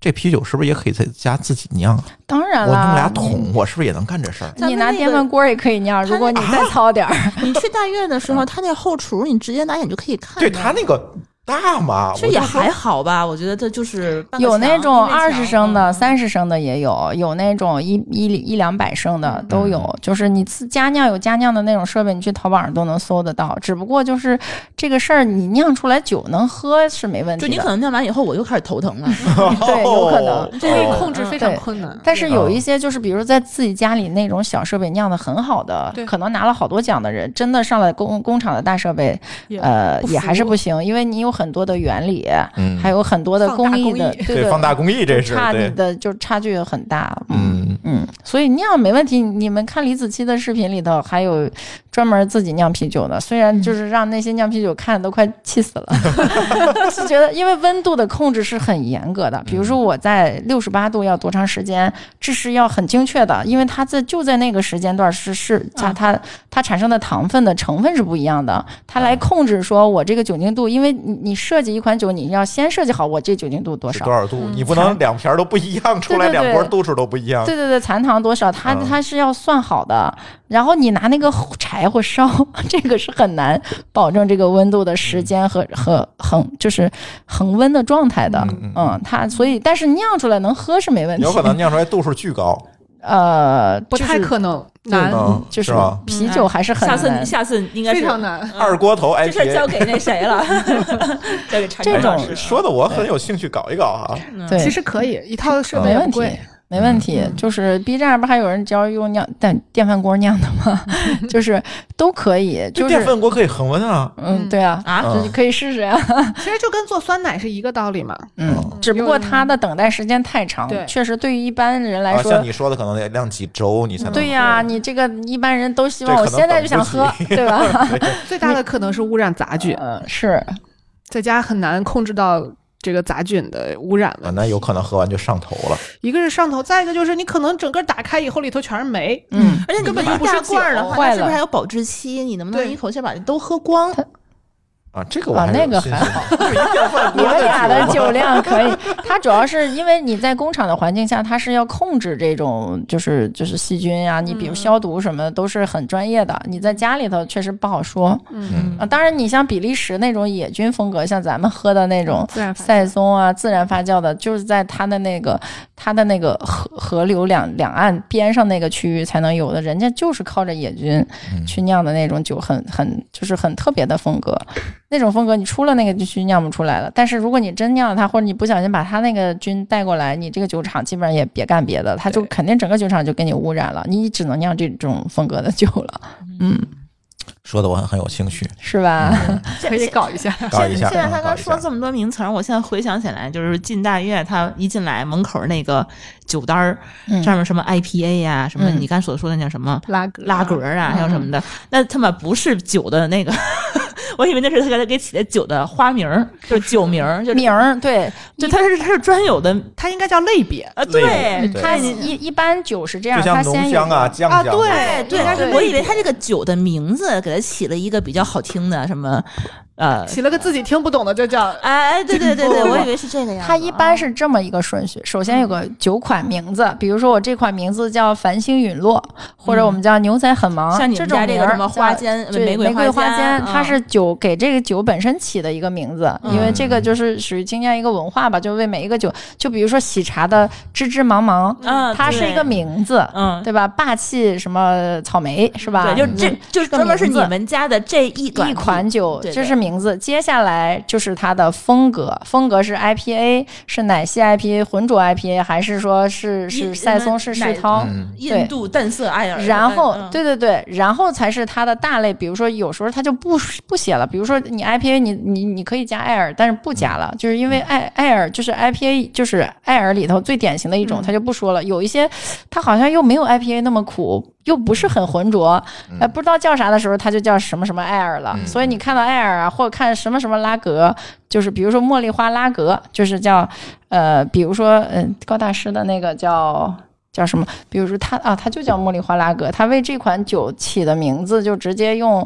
这啤酒是不是也可以在家自己酿？当然我啦，弄俩桶，我是不是也能干这事儿？咱你们拿那电个饭锅也可以酿，如它果你再糙点儿。你去大院的时候，他那后厨你直接拿眼就可以看到。对他那个大嘛，这我也就说还好吧，我觉得这就是半个有墙那种一面墙二十升的、嗯三十升的也有，有那种一一一两百升嗯的都嗯有。就是你自家酿有家酿的那种设备，你去淘宝上都能搜得到。只不过就是这个事儿，你酿出来酒能喝是没问就题你可的。能酿完以后我又开始头 疼了。对有可能哦这个控制非常困难。但是有嗯一些就是，比如在自己家里那种小设备酿的很好的对，可能拿了好多奖的人，真的上了工工厂的大设备，也呃，不也还是服不行，因为你有很多的原理，嗯，还有很多的放大工艺工的，艺对对，放大工艺这事差儿，你对，的就差距很大，嗯，嗯，所以酿没问题。你们看李子柒的视频里头，还有专门自己酿啤酒的，虽然就是让那些酿啤酒看都快气死了，是觉得因为温度的控制是很严格的。比如说我在六十八度要多长时间，这是要很精确的，因为它在就在那个时间段是是它它它产生的糖分的成分是不一样的，它来控制说我这个酒精度，因为你你设计一款酒，你要先设计好我这酒精度多是少嗯多。少度？你不能两瓶儿都不一样，出来对对两对锅度数都不一样。对对对，残糖多少，它嗯它是要算好的。然后你拿那个火柴火烧， 这个是很难保证这个温度的时间和和恒就是恒温的状态的。嗯嗯，它所以但是酿出来能喝是没问题。有可能酿出来度数巨高，呃，不就太是可能，难，难嗯，就是吧？啤酒还是很下次难你。下次应该非是常嗯难。二锅头这事儿交 IPA，给那谁 了，交给陈这种老师了哎说的我很有兴趣搞一搞啊。对，其实可以，一套嗯设备没也问不题贵。，没问题。就是 B 站不还有人教用酿但电饭锅酿的吗？ 就是都可以，这就是电饭锅可以恒温啊，嗯，对啊，啊就是可以试试呀。其实就跟做酸奶是一个道理嘛。嗯，只不过它的等待时间太长，对确实对于一般人来啊，说，嗯像你说的可能得晾几周你才能。对呀、你这个一般人都希望这我可能现在就想喝等不，对吧？最大的可能是污染杂菌， 嗯，是，在家很难控制到这个杂菌的污染啊，了。那有可能喝完就上头了。一个是上头，再一个就是你可能整个打开以后里头全是酶，嗯，而且你根本们就一不是大酒罐儿的话，坏它是不了是还有保质期？你能不能对一口气把它都喝光？啊，这个我啊还是有那个信还心的电饭你锅们俩的酒啊酒 量可以。它主要是因为你在工厂的环境下，它是要控制这种就是就是细菌呀、你比如消毒什么的都是很专业的。你在家里头确实不好说嗯啊。当然，你像比利时那种野菌风格，像咱们喝的那种， 自然发赛松啊，自然发酵的，就是在它的那个它的那个河河流两两岸边上那个区域才能有的，人家就是靠着野菌嗯去酿的那种酒，很很就是很特别的风格，那种风格你出了那个就去酿不出来了。但是如果你真酿了它，或者你不小心把它那个菌带过来，你这个酒厂基本上也别干别的，它就对肯定整个酒厂就给你污染了，你只能酿这种风格的酒了，嗯，说的我很很有兴趣，是吧？可以搞一下。搞一下。 现在他嗯搞刚一说下这么多名词儿，我现在回想起来，就是进大院，他一进来门口那个酒单儿嗯上面什么 IPA 呀、什么嗯你刚所说的那叫什么拉格嗯拉格儿啊，还有什么的，那他妈不是酒的那个。我以为那是他给他给起的酒的花名儿，就是酒名儿，就是名儿对，对，它是它是专有的它应该叫类别，啊，类对目对它一一般酒是这样，就像它浓先有香啊、酱啊香对对应该是类，我以为他这个酒的名字给他起了一个比较好听的什么，呃，起了个自己听不懂的就叫哎，对对对对，我以为是这个样子。啊嗯它一般是这么一个顺序：首先有个酒款名字，比如说我这款名字叫繁星陨落，或者我们叫牛仔很忙，嗯像你这们种家这个名儿什么花间叫对玫玫瑰花花间它嗯是酒给这个酒本身起的一个名字，因为这嗯个就是属于今天一个文化吧，就为每一个酒，就比如说喜茶的芝芝芒芒，嗯，它是一个对，名字，嗯，对吧？霸气什么草莓是吧？嗯对，就这就是个专门是名你字们家的这一一款酒，对对这是名字。接下来就是它的风格，风格是 IPA，是奶昔 IPA、浑浊 IPA，还是说是是一赛松式世涛？嗯，对印度淡色爱尔兰，然后，嗯，对对对，然后才是它的大类。比如说，有时候它就不不写了。比如说，你 IPA，你你你可以加艾尔，但是不加了，就是因为艾艾尔就是 IPA，就是艾尔里头最典型的一嗯种，它就不说了。有一些它好像又没有 IPA 那么苦，又不是很浑浊，哎，不知道叫啥的时候，它就叫什么什么艾尔了。嗯所以你看到艾尔啊，或者看什么什么拉格，就是比如说茉莉花拉格，就是叫呃，比如说嗯、高大师的那个叫。叫什么？比如说他啊，他就叫茉莉花拉格，他为这款酒起的名字就直接用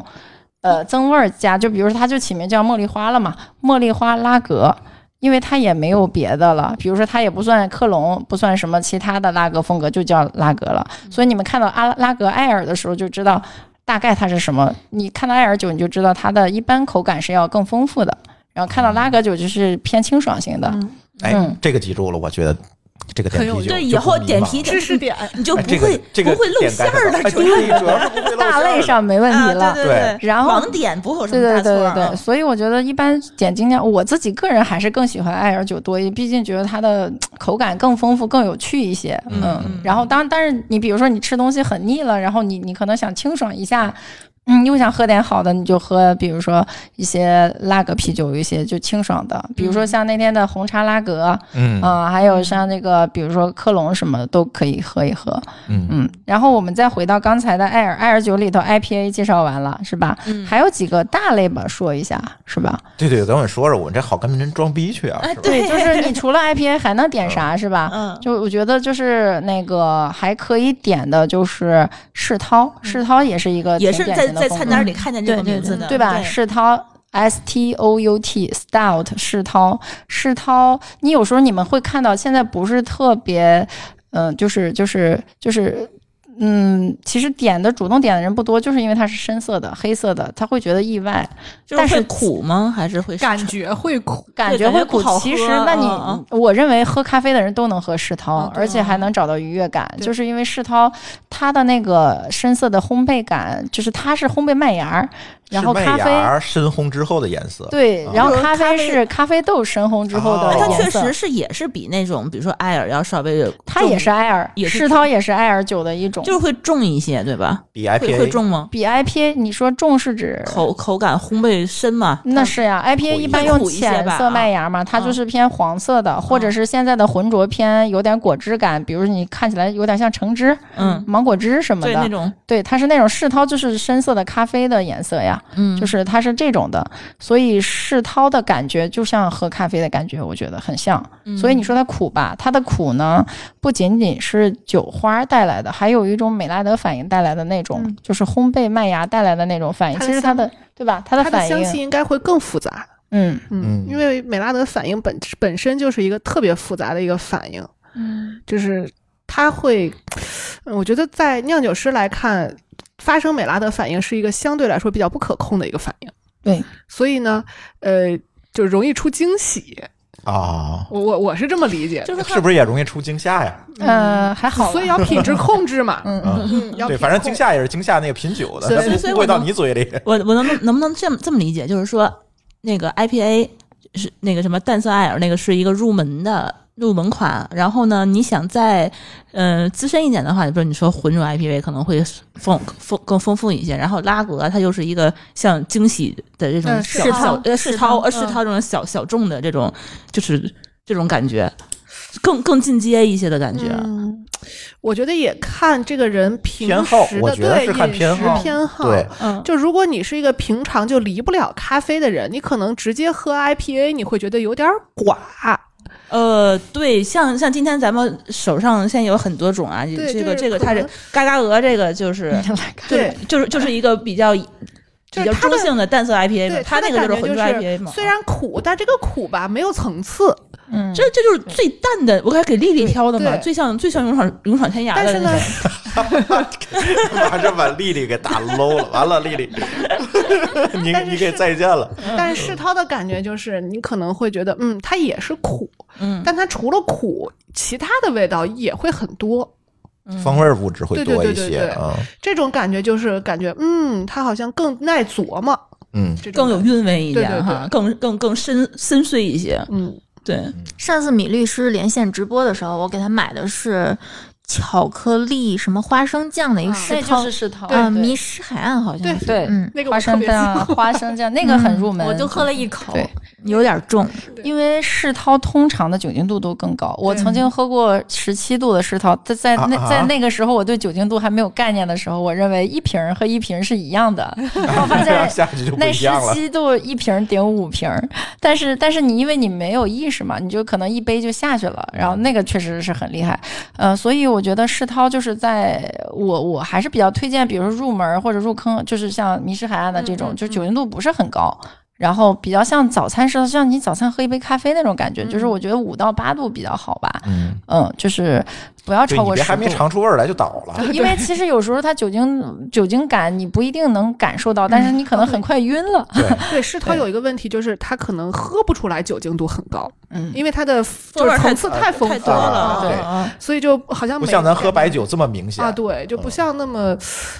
呃增味儿加，就比如说他就起名叫茉莉花了嘛，茉莉花拉格。因为它也没有别的了，比如说它也不算克隆，不算什么其他的拉格风格，就叫拉格了。嗯所以你们看到阿拉拉格艾尔的时候，就知道大概它是什么。你看到艾尔酒，你就知道它的一般口感是要更丰富的，然后看到拉格酒就是偏清爽型的。哎嗯，这个记住了，我觉得这个点很有啤酒对，就以后不迷点茫题知识点。你就哎不这会个这个不会露点馅 get 儿到哎了，主要对，主要是不会露馅大儿类上没问题了，啊对对，然后网点不会有什对么大对错对对儿啊对，。所以我觉得一般点精酿，我自己个人还是更喜欢艾尔酒多一，毕竟觉得它的嗯口感更丰富、更有趣一些。嗯嗯，然后当但是你比如说你吃东西很腻了，然后你你可能想清爽一下。嗯，又想喝点好的，你就喝，比如说一些拉格啤酒，有一些就清爽的，比如嗯说像那天的红茶拉格，嗯嗯，还有像那个，比如说科隆什么的都可以喝一喝，嗯嗯。然后我们再回到刚才的艾尔，艾尔酒里头 IPA 介绍完了是吧？嗯，还有几个大类吧，说一下是吧？对对，咱们说说，我这好跟人装逼去啊！哎是吧对，就是你除了 IPA 还能点啥是吧？嗯就我觉得就是那个还可以点的就是世涛，世涛也是一嗯个也是挺典在型的在风菜格单里看见这个对对名字对的，对吧？世涛 S T O U T Stout 世涛世涛，你有时候你们会看到现在不是特别，嗯、就是就是就是。嗯，其实点的主动点的人不多，就是因为它是深色的、黑色的，他会觉得意外，就但是会苦吗？还是会感觉会苦，感对觉感觉会不苦。好其喝实，那你、嗯我认为喝咖啡的人都能喝世涛，哦对而且还能找到愉悦感，就是因为世涛它的那个深色的烘焙感，就是它是烘焙麦芽儿，然后是麦咖啡芽深烘之后的颜色，对啊，然后就是咖咖啡啡是咖啡豆深烘之后的哦它颜确色实是也是比那种，比如说艾尔要稍微重，它也是艾尔，也是世涛也是艾尔酒的一种。就是会重一些，对吧？比会会 IPA 重吗？比 IPA，你说重是指口口感烘焙深嘛？那是呀，IPA 苦一一般些用苦一些浅吧啊色麦芽嘛，它就是偏黄色的，或者是现在的浑浊偏有点果汁感，比如你看起来有点像橙汁、嗯，芒果汁什么对那的。种，对，它是那种世涛，就是深色的咖啡的颜色呀，嗯，就是它是这种的，所以世涛的感觉就像喝咖啡的感觉，我觉得很像。嗯所以你说它苦吧，它的苦呢，不仅仅是酒花带来的，还有一种美拉德反应带来的那种，就是烘焙麦芽带来的那种反应。嗯它的其实它的对吧，它它的的反香气应，应该会更复杂。嗯，嗯因为美拉德反应本本身就是一个特别复杂的一个反应，嗯，就是它会，呃我觉得在酿酒师来看，发生美拉德反应是一个相对来说比较不可控的一个反应，对，所以呢，呃，就容易出惊喜，啊，我我我是这么理解的，嗯就是是不是也容易出惊吓呀？呃，还好嗯吧，所以要 品质控制嘛，嗯啊，嗯，要对，品反正控惊吓也是惊吓那个品酒的，所以它不所以不会我到能你嘴里。我我能能不能这么这么理解？就是说，那个 IPA 是那个什么淡色艾尔，那个是一个入门的入门款。然后呢，你想再呃资深一点的话，比如你说浑浊 IPA 可能会丰丰更丰富一些。然后拉格它又是一个像惊喜的这种嗯小世小涛嗯呃世世涛涛呃世涛这种小小众的这种就是这种感觉。更更进阶一些的感觉。啊嗯，我觉得也看这个人平偏好时我的觉得对是看饮偏食好偏好对，嗯，就如果你是一个平常就离不了咖啡的人，你可能直接喝 IPA，你会觉得有点寡。呃，对，像像今天咱们手上现在有很多种啊，对这就个是这个可它能是嘎嘎鹅，这个就是对，就是就是一个比较比就是较它的中性的淡色 IPA 嘛对，，哎它那个的就是感觉浑浊 IPA 嘛。虽然苦，但这个苦吧没有层次。嗯嗯这这就是最淡的，我开始给丽丽挑的嘛，对最像最像勇闯勇闯天涯但的是呢那，种。 马上把丽丽给打 low 了，完了，丽 丽，你但是你给是再见了。嗯但世涛的感觉就是，你可能会觉得，嗯，它也是苦，嗯，但它除了苦，其他的味道也会很多。嗯风味物质会对对多对一对些对啊，这种感觉就是感觉，嗯，它好像更耐琢磨，嗯，这种更有感觉韵味一点对对对哈，更更更深深邃一些。嗯，对，上次米律师连线直播的时候，我给他买的是巧克力什么花生酱的一个啊石那头就，是世涛，啊，迷失海岸好像对是，对，嗯，那嗯个我花特生别酱、喜欢嗯花生酱那个很入门，我就喝了一口对，有点重，因为世涛通常的酒精度都更高，我对曾经喝过十七度的世涛，在在啊那啊在那个时候，我对酒精度还没有概念的时候，我认为一瓶儿和一瓶儿是一样的，我发这样现 下去就不那一十样了。七度一瓶儿顶五瓶儿，但是但是你因为你没有意识嘛，你就可能一杯就下去嗯了，然后那个确实是很厉害，呃，所以我觉得世涛就是在我我还是比较推荐，比如说入门儿或者入坑，就是像迷失海岸的这种，就酒精度不是很高。然后比较像早餐似的，像你早餐喝一杯咖啡那种感觉，就是我觉得五到八度比较好吧，嗯，嗯，就是不要对超你过别十还没度。 尝出味儿来就倒了。因为其实有时候它酒精酒精感你不一定能感受到，但是你可能很快晕了。对，对，世涛有一个问题就是，他可能喝不出来酒精度很高，嗯，因为它的味就儿是太呃层次太丰太富多了，对嗯所以就好像不没像咱喝白酒嗯这么明显啊，对，就不像那么、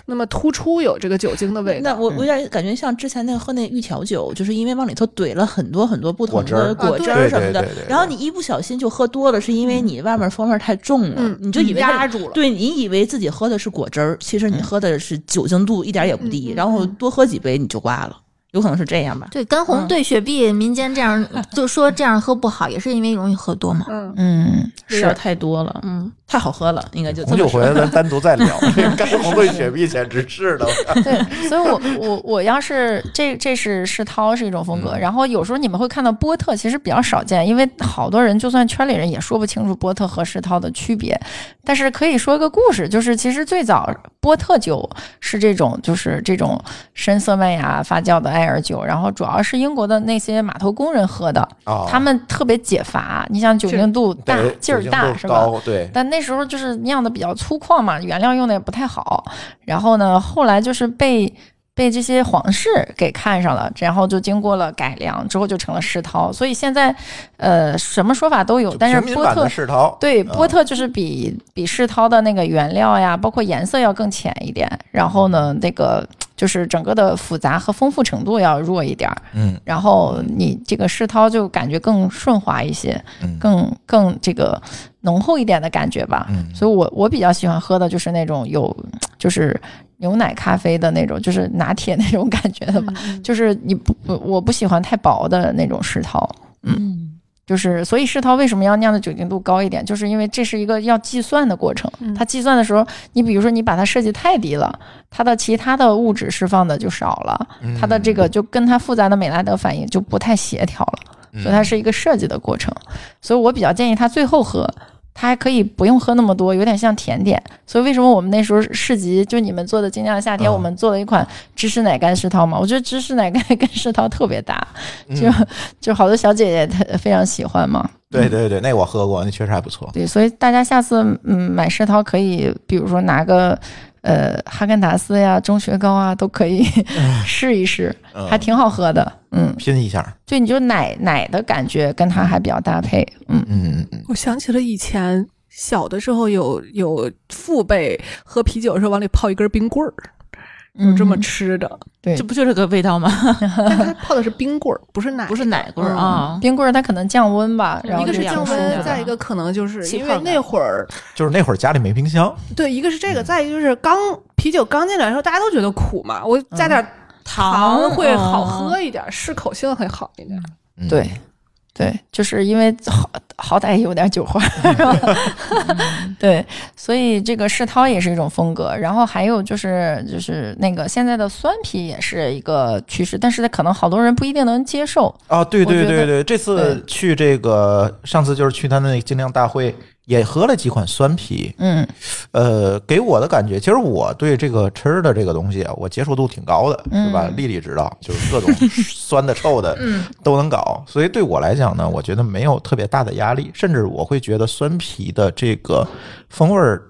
那么突出有这个酒精的味道。那我我有点感觉像之前那个喝那玉调酒，就是因为往里头怼了很多很多不同果汁儿的果汁啊对儿什么的对对对对对，然后你一不小心就喝多了，是因为你外面风味儿太重了嗯，你就以为它压住了对你以为自己喝的是果汁儿，其实你喝的是酒精度一点儿也不低，然后多喝几杯你就挂了，有可能是这样吧？对，干红兑雪碧，民间这样就说这样喝不好，也是因为容易喝多 嘛。嗯，嗯，味是道太多了，嗯，太好喝了，应该就这红么酒说回来咱单独再 聊。 这个干红兑雪碧简直是的， 对，所以我我我要是这这是世涛是一种风格，嗯然后有时候你们会看到波特其实比较少见，因为好多人就算圈里人也说不清楚波特和世涛的区别，但是可以说一个故事，就是其实最早波特酒是这种就是这种深色麦芽发酵的艾尔酒，然后主要是英国的那些码头工人喝的，啊，他们特别解乏，你想酒精度大对劲儿酒精大度是吧？高对，但那时候就是酿的比较粗犷嘛，原料用的也不太好。然后呢，后来就是被被这些皇室给看上了，然后就经过了改良之后就成了世涛。所以现在，呃，什么说法都有，就但是平民波版特的世涛，对，嗯波特就是比比世涛的那个原料呀，包括颜色要更浅一点，然后呢，那个就是整个的复杂和丰富程度要弱一点儿，嗯然后你这个世涛就感觉更顺滑一些，嗯更更这个浓厚一点的感觉吧。嗯所以我我比较喜欢喝的就是那种有就是牛奶咖啡的那种，就是拿铁那种感觉的吧。就是你不不我不喜欢太薄的那种世涛，嗯，就是，所以世涛为什么要酿的酒精度高一点，就是因为这是一个要计算的过程。它计算的时候，你比如说你把它设计太低了，它的其他的物质释放的就少了，嗯它的这个就跟它复杂的美拉德反应就不太协调了，嗯所以它是一个设计的过程。所以我比较建议他最后喝。它还可以不用喝那么多，有点像甜点。所以为什么我们那时候市集就你们做的《精酿夏天》，嗯我们做了一款芝士奶干世涛嘛？我觉得芝士奶干跟世涛特别搭，嗯就就好多小姐姐她非常喜欢嘛。对对对，那我喝过，那确实还不错。对，所以大家下次嗯买世涛可以，比如说拿个呃哈根达斯呀、钟薛高啊，都可以 试一试，嗯还挺好喝的。嗯，拼一下，就你就奶奶的感觉跟它还比较搭配。嗯，嗯嗯嗯，我想起了以前小的时候有有父辈喝啤酒的时候往里泡一根冰棍儿，就这嗯么吃的，对 这不就是个味道吗？但 它泡的是冰棍儿，不是奶，不是奶棍儿啊，嗯冰棍儿它可能降温吧，然哦嗯后一个就是这样降吃温，的再一个可能就是气因为泡奶那会儿就是那会儿家里没冰箱，对，一个是这个，再一个就是刚啤酒刚进来的时候，大家都觉得苦嘛，我加点糖哦会好喝一点，适口性会好一点。嗯对，对，就是因为好好歹也有点酒花，是吧？嗯 对，所以这个世涛也是一种风格，然后还有就是就是那个现在的酸啤也是一个趋势，但是它可能好多人不一定能接受。啊，对我对觉得对对，这次去这个上次就是去他那个精酿大会，也喝了几款酸啤，嗯呃，给我的感觉，其实我对这个吃的这个东西啊，我接受度挺高的，是吧？嗯丽丽知道，就是 各种酸的、臭的都能搞，所以对我来讲呢，我觉得没有特别大的压力，甚至我会觉得酸啤的这个风味儿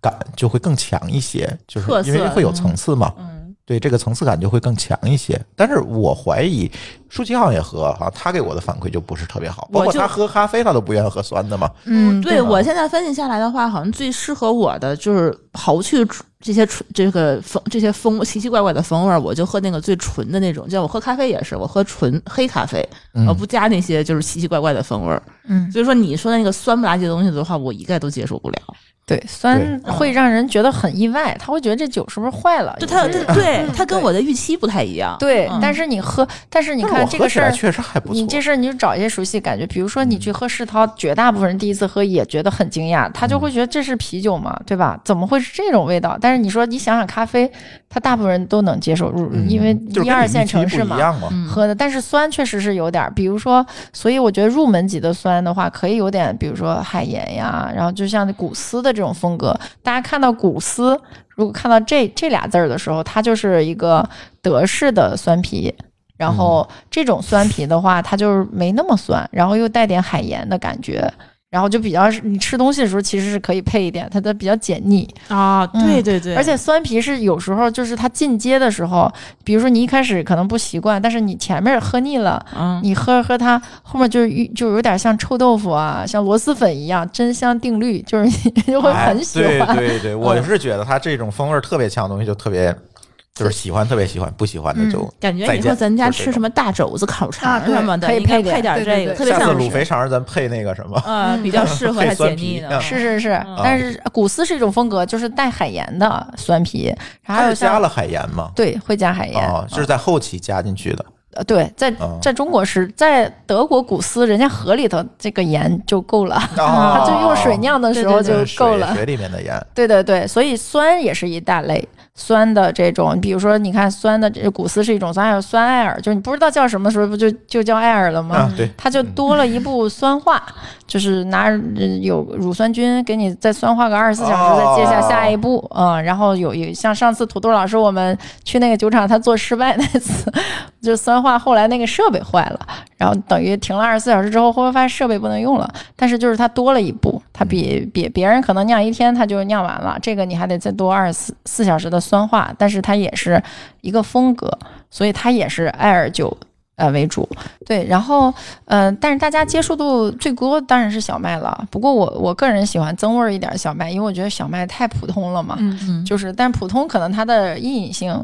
感就会更强一些，就是特因为色会有层次嘛。嗯，对这个层次感就会更强一些。但是我怀疑舒淇好像也喝哈、他给我的反馈就不是特别好，包我括就他喝咖啡他都不愿意喝酸的嘛。嗯，对我现在分析下来的话，好像最适合我的就是刨去纯这些纯这个风这些风奇奇怪怪的风味儿，我就喝那个最纯的那种。就像我喝咖啡也是，我喝纯黑咖啡，嗯我不加那些就是奇奇怪怪的风味儿。嗯所以说你说的那个酸不拉几的东西的话，我一概都接受不了。对，酸对会让人觉得很意外，他会觉得这酒是不是坏了？就它有些对人 对嗯它跟我的预期不太一样。对，嗯但是你喝，但是你但是看我这喝个起事来儿。确实还不错。嗯你这事儿你就找一些熟悉感觉，比如说你去喝世涛，绝大部分人第一次喝也觉得很惊讶，他就会觉得这是啤酒嘛，对吧？怎么会是这种味道？但是你说你想想咖啡，他大部分人都能接受入，嗯因为就是一跟二你线预期城市不嘛一。样嘛。嗯喝的，但是酸确实是有点儿，比如说，所以我觉得入门级的酸的话，可以有点，比如说海盐呀，然后就像古斯的这种风格，大家看到古斯，如果看到这这俩字儿的时候，它就是一个德式的酸啤。然后这种酸啤的话，它就是没那么酸，然后又带点海盐的感觉，然后就比较你吃东西的时候其实是可以配一点，它的比较解腻。啊，对对对，而且酸啤是有时候就是它进阶的时候，比如说你一开始可能不习惯，但是你前面喝腻了，嗯，你喝着喝它后面就是一就有点像臭豆腐啊，像螺蛳粉一样，真香定律，就是你就会哎很喜对欢。对对，我是觉得他这种风味儿特别强的东西就特别，就是喜欢特别喜欢，不喜嗯欢的就感觉再以见后咱家就是这吃什么大肘子、烤啊肠对什么的，可以应该配点配点对这对个，对特别下次像卤是肥肠儿咱配那个什啊么，呃比较适合 配它解酸腻皮的嗯。是是是，嗯但是古斯是一种风格，就是带海盐的酸啤，还它有是加像了海盐吗？对会加海盐，嗯哦，就是在后期加进去的。呃对，在哦在中国是在德国古斯，人家河里头这个盐就够了，哦啊 它就用水酿的时候对就嗯够水了。水里面的盐。对对对，所以酸也是一大类，酸的这种，比如说你看酸的这古斯是一种酸，还有酸艾尔，就是你不知道叫什么时候不就就叫艾尔了吗？啊，对，它就多了一步酸化，就是拿有乳酸菌给你再酸化个二十四小时，再接下下一步啊、嗯。然后有有像上次土豆老师我们去那个酒厂，他做失败那次，就酸化后来那个设备坏了，然后等于停了二十四小时之后，会发现设备不能用了。但是就是它多了一步，它比比别人可能酿一天它就酿完了，这个你还得再多二十四四小时的酸化，但是它也是一个风格，所以它也是艾尔酒。呃，为主，对，然后，嗯、但是大家接受度最多当然是小麦了。不过我我个人喜欢增味儿一点儿小麦，因为我觉得小麦太普通了嘛。嗯，就是，但普通可能它的易饮性，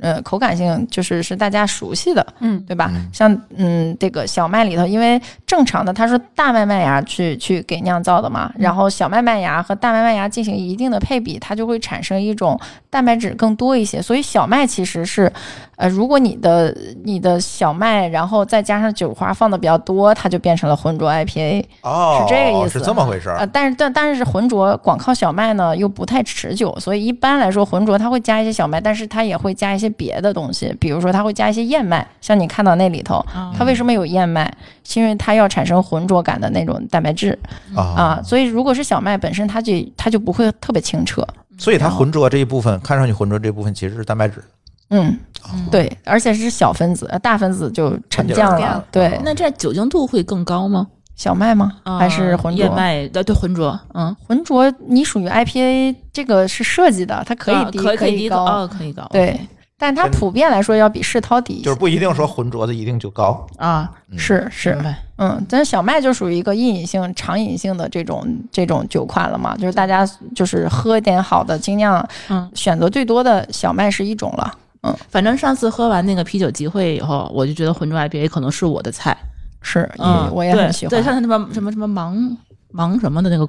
呃，口感性就是是大家熟悉的，嗯，对吧？嗯像嗯，这个小麦里头，因为正常的它是大麦麦芽去去给酿造的嘛，然后小麦麦芽和大麦麦芽进行一定的配比，它就会产生一种蛋白质更多一些。所以小麦其实是，呃，如果你的你的小麦，然后再加上酒花放的比较多，它就变成了浑浊 IPA。哦，是这个意思是这么回事呃，儿。但是但但是浑浊光靠小麦呢又不太持久，所以一般来说浑浊它会加一些小麦，但是它也会加一些别的东西，比如说它会加一些燕麦，像你看到那里头，嗯它为什么有燕麦？是因为它要产生浑浊感的那种蛋白质哦啊，所以如果是小麦本身，它就它就不会特别清澈，所以它浑浊这一部分，看上去浑浊这部分其实是蛋白质。嗯，嗯对，而且是小分子，呃大分子就沉沉降降了了，对，那这酒精度会更高吗？小麦吗？哦啊啊还是浑浊燕？麦的对浑浊，嗯，浑浊你属于 IPA 这个是设计的，它可以啊低，可以以高，啊，可以高，对，但它但普遍来说要比世涛低一就是嗯些。不一定说浑浊的一定就高。啊，是是明，白嗯，但是小麦就属于一个易饮性、常饮性的这种这种酒款了嘛，就是大家就是喝一点好的精酿，嗯，选择最多的小麦是一种了。反正上次喝完那个啤酒集会以后，我就觉得浑浊 IPA 可能是我的菜，是，也嗯，我也对很喜对，欢。像那什么什么什么芒芒什么的那个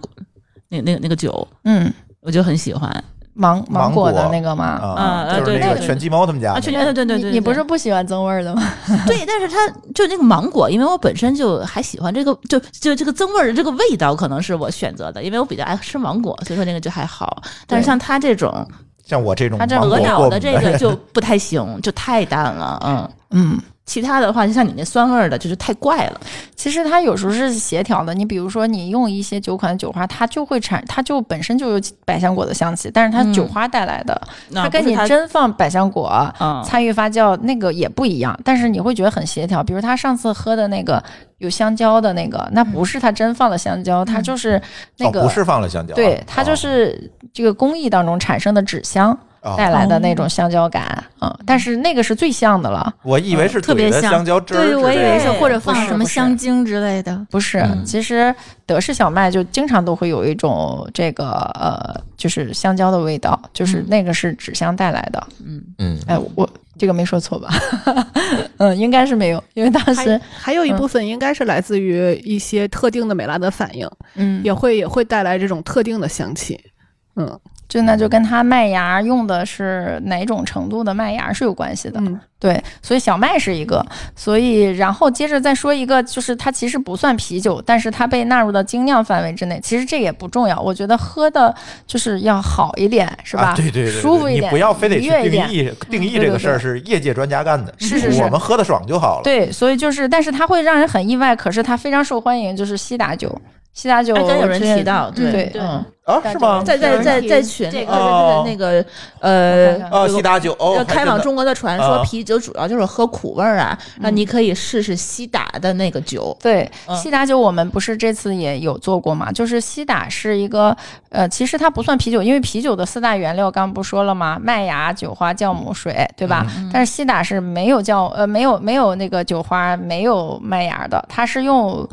那那个那个酒，嗯，啊我就很喜欢。芒芒果的果那个吗？啊、啊就是对那个对拳击猫他们家那啊，个，去年对对对对，你你不对是不喜欢增味儿的吗？ 对，但是它就那个芒果，因为我本身就还喜欢这个，就就这个增味儿的这个味道，可能是我选择的，因为我比较爱吃芒果，所以说那个就还好。但是像它这种，像我这种它这芒鹅果脑过的敏这个就不太行， 就太淡了，嗯。嗯，其他的话，就像你那酸味儿的，就是太怪了。其实它有时候是协调的。你比如说，你用一些酒款的酒花，它就会产，它就本身就有百香果的香气，但是它嗯酒花带来的，那它跟不是你真放百香果、嗯参与发酵那个也不一样，但是你会觉得很协调。比如他上次喝的那个有香蕉的那个，那不是他真放了香蕉，它就是那个、哦、不是放了香蕉啊，对，它就哦是这个工艺当中产生的纸香哦带来的那种香蕉感，嗯，但是那个是最像的了，我以呃为是特怼别的像香蕉汁儿之对，类的，我以为是对或者放不是什么不是香精之类的。不是。其实德式小麦就经常都会有一种这个呃，就是香蕉的味道，就是那个是纸香带来的。嗯，哎，我这个没说错吧？ 嗯，应该是没有，因为当时还还嗯有一部分应该是来自于一些特定的美拉德反应，嗯，也会也会带来这种特定的香气。嗯就那就跟它麦芽用的是哪种程度的麦芽是有关系的。嗯，对，所以小麦是一个，所以然后接着再说一个，就是它其实不算啤酒，但是它被纳入到精酿范围之内。其实这也不重要，我觉得喝的就是要好一点，是啊、吧？对对对对，舒服一你点，不要非得愉去悦一定点。义定义对这个对事儿对是业界专家干的，是是我是们喝的爽就好了。对，所以就是，但是它会让人很意外，可是它非常受欢迎，就是西打酒。西打酒，哎刚有人提到，对对对嗯，啊，是吗？在在在在群里，就是那个呃我看看，哦，有个西达酒哦，要开往中国的船说啊啤酒主要就是喝苦味儿啊，那你可以试试西打的那个酒，对，嗯西打酒我们不是这次也有做过嘛？就是西打是一个，呃，其实它不算啤酒，因为啤酒的四大原料刚不说了吗？麦芽、酒花、酵母、水，对吧？嗯但是西打是没有酵，呃，没有没有那个酒花，没有麦芽的，它是用。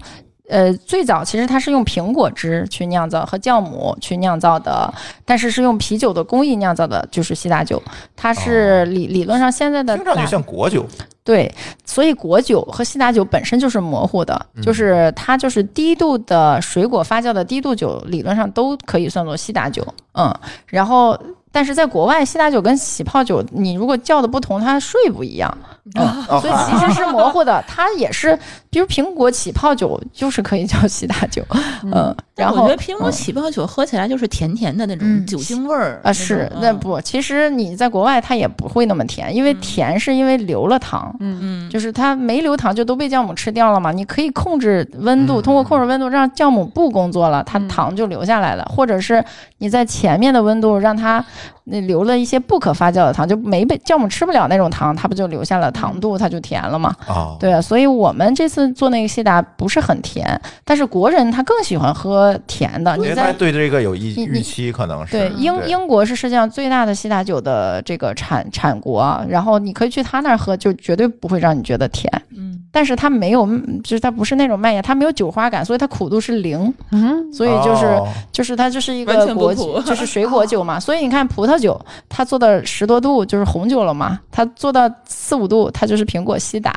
呃，最早其实它是用苹果汁去酿造和酵母去酿造的，但是是用啤酒的工艺酿造的，就是西打酒。它是理、理论上现在的哦听上去大像果酒，对，所以果酒和西打酒本身就是模糊的，就是它就是低度的水果发酵的低度酒，理论上都可以算作西打酒。嗯，然后但是在国外，西打酒跟起泡酒，你如果叫的不同，它税不一样，嗯，啊哦所以其实是模糊 的。它也是，比如苹果起泡酒就是可以叫西打酒，嗯，但然后我觉得苹果嗯起泡酒喝起来就是甜甜的那种嗯酒精味儿啊，是那那种嗯不，其实你在国外它也不会那么甜，因为甜是因为留了糖，嗯嗯，就是它没留糖就都被酵母吃掉了嘛。你可以控制温嗯度，通过控制温度让酵母不工作了，它糖就留下来了，或者是你在前面的温度让它那留了一些不可发酵的糖，就没被酵母吃不了那种糖，它不就留下了糖度，它就甜了嘛。嗯哦，对啊，所以我们这次做那个西达不是很甜，但是国人他更喜欢喝甜的。因你为在他对这个有预你预你期，可能是对，英对英国是世界上最大的西打酒的这个产产国啊，然后你可以去他那儿喝，就绝对不会让你觉得甜。嗯，但是它没有，嗯就是它不是那种麦芽，它没有酒花感，所以它苦度是零。嗯，所以就是、哦就是它就是一完个全不果苦 酒，就是水果酒嘛。所以你看葡萄酒，它做到十多度就是红酒了嘛，它做到四五度，它就是苹果西打。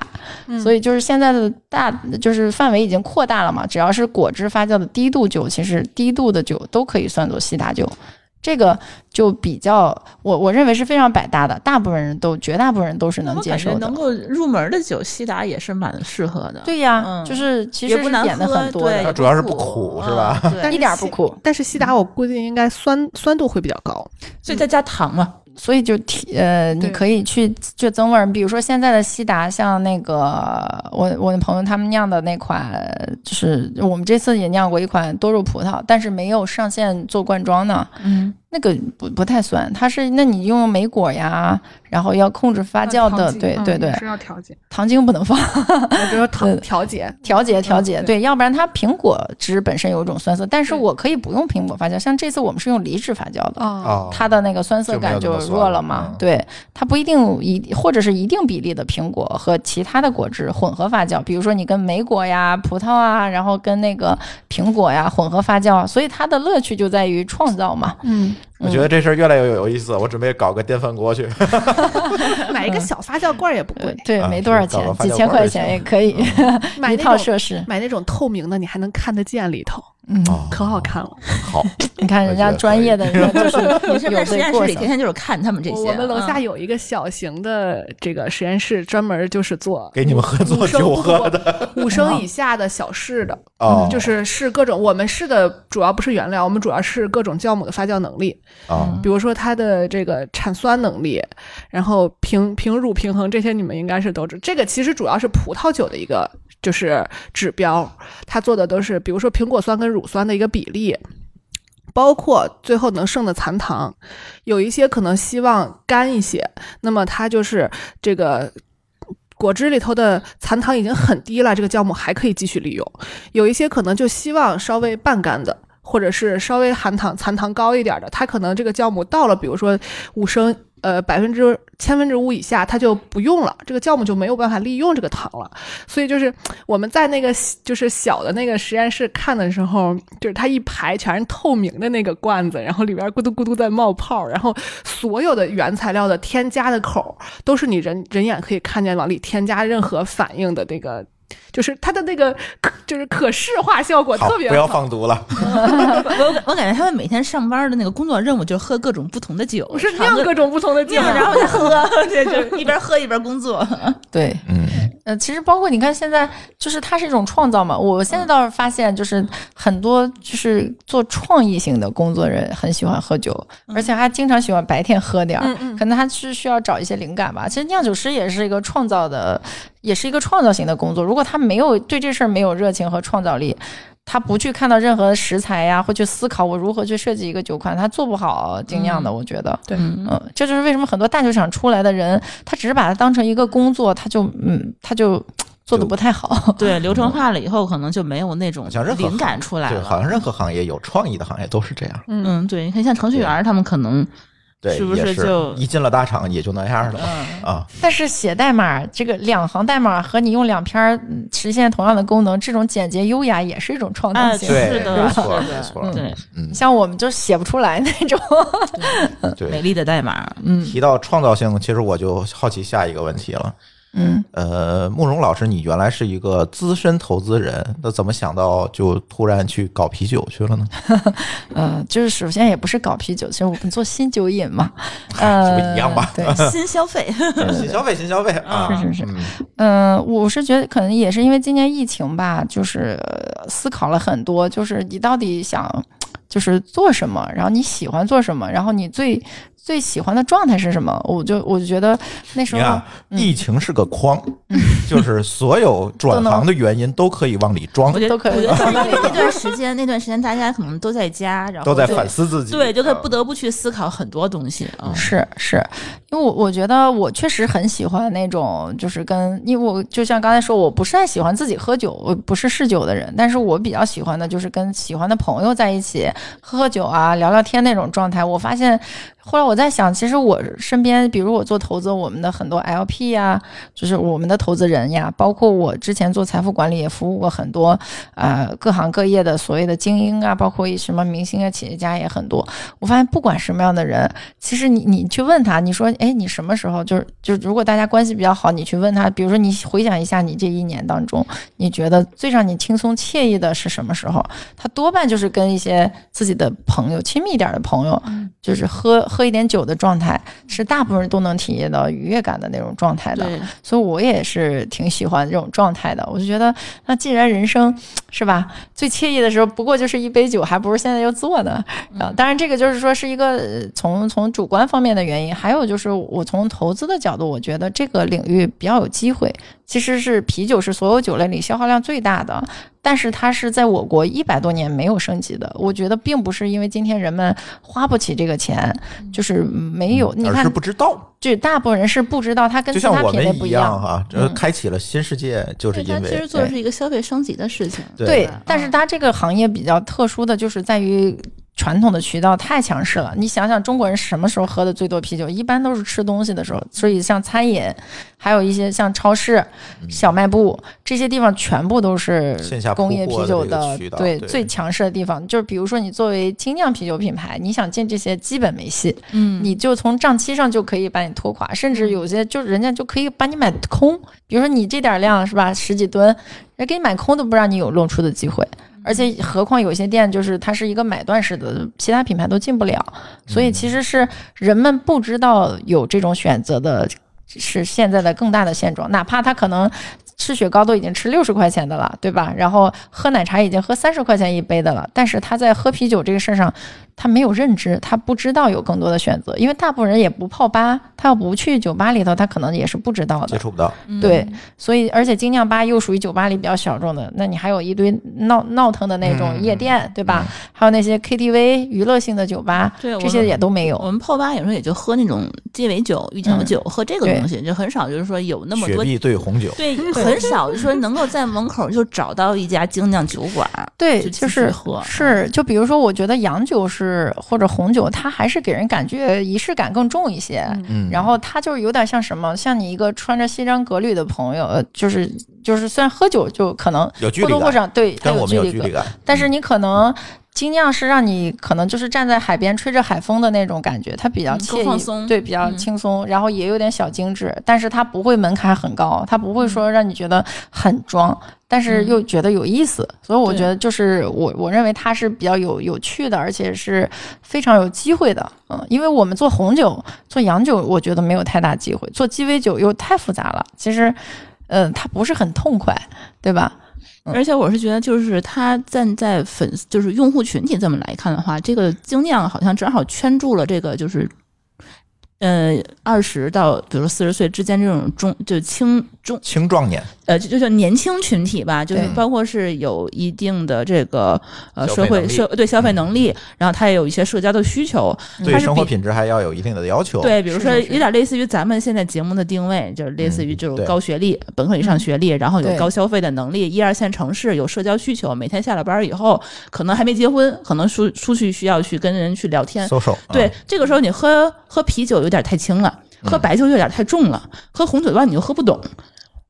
嗯所以就是现在的大就是范围已经扩大了嘛，只要是果汁发酵的低度酒，其实低度的酒都可以算作西打酒。这个就比较，我我认为是非常百搭的，大部分人都绝大部分人都是那能我接感觉受的能。够入门的酒，西达也是蛮适合的，，对呀、嗯就是其也实不是难点的喝，很多对，它也的，主要是不苦是吧嗯对但一是点儿不苦，但是西达我估计应该酸酸度会比较高。所以再加糖 嘛，所以就提呃，你对可以去去增味儿。比如说现在的西达，像那个我我的朋友他们酿的那款，就是我们这次也酿过一款多肉葡萄，但是没有上线做灌装呢。嗯，那个不不太酸，它是那你用莓果呀，然后要控制发酵的，对对对，嗯是要调节，糖精不能放，我就说调对调节。调节调节，嗯对对，要不然它苹果汁本身有一种酸涩，但是对我可以不用苹果发酵，像这次我们是用梨汁发酵的，哦，哦，它的那个酸涩感就没有那么弱了酸了嘛。嗯对，它不一定一或者是一定比例的苹果和其他的果汁混合发酵，比如说你跟莓果呀、葡萄啊，然后跟那个苹果呀混合发酵，所以它的乐趣就在于创造嘛。嗯，我觉得这事儿越来越有意思，我准备搞个电饭锅去。买一个小发酵罐儿也不贵，对啊，没多少是搞个钱，发酵几千块罐钱儿也就嗯可以，买 一那套种设施。买那种透明的，你还能看得见里头，嗯，哦可好看了。好，你看人家专业的人就是 你是不是在有实对验过室里天程。天就是看他们这些？我们楼嗯下有一个小型的这个实验室，专门就是做给你们喝做五升酒喝的的，五升以下的小试的，嗯哦，就是试各种。我们试的主要不是原料，我们主要是各种酵母的发酵能力，嗯啊，比如说它的这个产酸能力，然后平平乳平衡这些，你们应该是都知。这个其实主要是葡萄酒的一个就是指标，它做的都是比如说苹果酸跟乳酸的一个比例。包括最后能剩的残糖，有一些可能希望干一些，那么它就是这个果汁里头的残糖已经很低了，这个酵母还可以继续利用。有一些可能就希望稍微半干的，或者是稍微含糖残糖高一点的，它可能这个酵母到了，比如说五升。呃，百分之千分之五以下，它就不用了，这个酵母就没有办法利用这个糖了。所以就是我们在那个就是小的那个实验室看的时候，就是它一排全是透明的那个罐子，然后里边咕嘟咕嘟在冒泡，然后所有的原材料的添加的口儿都是你人人眼可以看见往里添加任何反应的那个，就是它的那个可就是可视化效果好，特别不要放毒了。我 我感觉他们每天上班的那个工作任务就是喝各种不同的酒，不是尝酿各种不同的酒，酿，然后再喝， 对，就是一边喝一边工作。对，嗯，呃，其实包括你看现在，就是它是一种创造嘛。我现在倒是发现，就是很多就是做创意型的工作人很喜欢喝酒，而且还经常喜欢白天喝点儿。嗯嗯可能他是需要找一些灵感吧。其实酿酒师也是一个创造的，也是一个创造型的工作。如果他没有对这事儿没有热情和创造力，他不去看到任何食材呀，或去思考我如何去设计一个酒款，他做不好精酿的。我觉得，对嗯，这就是为什么很多大酒厂出来的人，他只是把它当成一个工作，他就嗯，他就做的不太好。 对，流程化了以后，可能就没有那种像任何灵感出来对，了。好像任何行业有创意的行业都是这样。嗯，对，你看像程序员儿他们可能，对，是不是也就一进了大厂也就那样了嗯啊？但是写代码这个两行代码和你用两篇儿嗯实现同样的功能，这种简洁优雅也是一种创造哎性。对，是的没错，是的没错。对，嗯，像我们就写不出来那种。美对。丽的代码，提到创造性，其实我就好奇下一个问题了。嗯，呃，慕容老师，你原来是一个资深投资人，那怎么想到就突然去搞啤酒去了呢？呃，就是首先也不是搞啤酒，其实我们做新酒饮嘛，是呃，不是一样吧对，新消费，新消费，新消费啊！是是是嗯嗯、我是觉得可能也是因为今年疫情吧，就是呃思考了很多，就是你到底想就是做什么，然后你喜欢做什么，然后你最最喜欢的状态是什么？我就我就觉得那时你候看，啊疫情是个筐，就是所有转行的原因都可以往里装 我，觉得都可我以觉得是因 为那段时间，那段时间大家可能都在家，然后都在就反思自己。对，就会啊不得不去思考很多东西啊。是是，因为我我觉得我确实很喜欢那种，就是跟因为我就像刚才说，我不是太喜欢自己喝酒，我不是嗜酒的人，但是我比较喜欢的就是跟喜欢的朋友在一起喝喝酒啊，聊聊天那种状态。我发现后来我在想，其实我身边，比如我做投资，我们的很多 LP 呀、就是我们的投资人呀，包括我之前做财富管理也服务过很多呃各行各业的所谓的精英啊，包括一什么明星啊、企业家也很多。我发现不管什么样的人，其实你你去问他，你说，哎，你什么时候就是就是，如果大家关系比较好，你去问他，比如说你回想一下你这一年当中，你觉得最让你轻松惬意的是什么时候？他多半就是跟一些自己的朋友亲密一点的朋友，就是喝喝一点酒的状态，是大部分人都能体验到愉悦感的那种状态的。对，所以我也是挺喜欢这种状态的。我就觉得，那既然人生是吧，最惬意的时候不过就是一杯酒，还不如现在就做呢。嗯啊，当然这个就是说是一个呃从从主观方面的原因，还有就是我从投资的角度，我觉得这个领域比较有机会。其实是啤酒是所有酒类里消耗量最大的，但是它是在我国一百多年没有升级的。我觉得并不是因为今天人们花不起这个钱，就是没有。你嗯而看是，不知道，就大部分人是不知道它跟就其像他我品类们不一一样嗯样。哈，这开启了新世界，就是对，他因其实为哎做的是一个消费升级的事情。对对，但是它这个行业比较特殊的就是在于。传统的渠道太强势了。你想想，中国人什么时候喝的最多啤酒？一般都是吃东西的时候。所以像餐饮，还有一些像超市、小卖部这些地方，全部都是嗯线下工业铺货的啤酒这个的渠道对对最强势的地方。就是比如说，你作为精酿啤酒品牌，你想进这些基本没戏。嗯，你就从账期上就可以把你拖垮，甚至有些就人家就可以把你买空。比如说你这点量是吧，十几吨，人家给你买空都不让你有露出的机会。而且何况有些店就是它是一个买断式的，其他品牌都进不了。所以其实是人们不知道有这种选择的，是现在的更大的现状。哪怕他可能吃雪糕都已经吃六十块钱的了，对吧？然后喝奶茶已经喝三十块钱一杯的了，但是他在喝啤酒这个事儿上，他没有认知，他不知道有更多的选择，因为大部分人也不泡吧，他要不去酒吧里头，他可能也是不知道接的。触不到，对，所以而且精酿吧又属于酒吧里比较小众的，那你还有一堆闹闹腾的那种嗯夜店，对吧？还有那些 KTV 娱乐性的酒吧，对我这些也都没有。哦我们泡吧有时候也就喝那种鸡尾酒、玉调嗯酒，喝这个对东西就很少，就是说有那么雪多。碧兑红酒，对，很少就说能够在门口就找到一家精酿酒馆。 对，就就继续是喝是，就比如说，我觉得洋酒是或者红酒，它还是给人感觉仪式感更重一些。嗯，然后它就是有点像什么，像你一个穿着西装革履的朋友，呃就是就是虽然喝酒就可能有距或离多或感，少对它跟我们距有离距感离，感，嗯但是你可能精酿是让你可能就是站在海边吹着海风的那种感觉，它比较嗯惬更意，放松对，比较嗯轻松，然后也有点小精致，但是它不会门槛很高，它不会说让你觉得很装，但是又觉得有意思。所以我对觉得就是我我认为它是比较有有趣的，而且是非常有机会的。嗯，因为我们做红酒、做洋酒，我觉得没有太大机会，做鸡尾酒又太复杂了。其实，嗯、它不是很痛快，对吧？嗯而且我是觉得，就是他站在粉丝，就是用户群体这么来看的话，这个精酿好像正好圈住了这个就是，呃，二十到比如说四十岁之间这种中就青中青壮年，呃，就就叫年轻群体吧，就是对包括是有一定的这个呃消社费会能力嗯社对消费能力，然后他也有一些社交的需求，对嗯它是生活比品质还要有一定的要求，对，比如是说是是有点类似于咱们现在节目的定位，就是类似于这种嗯对嗯高学历、本科以上学历，然后有对高消费的能力，一二线城市有社交需求，每天下了班以后可能还没结婚，可能出出去需要去跟人去聊天。 ，social，对嗯，，这个时候你喝喝啤酒有点太轻了，喝白酒有点太重了，喝红酒的话你就喝不懂。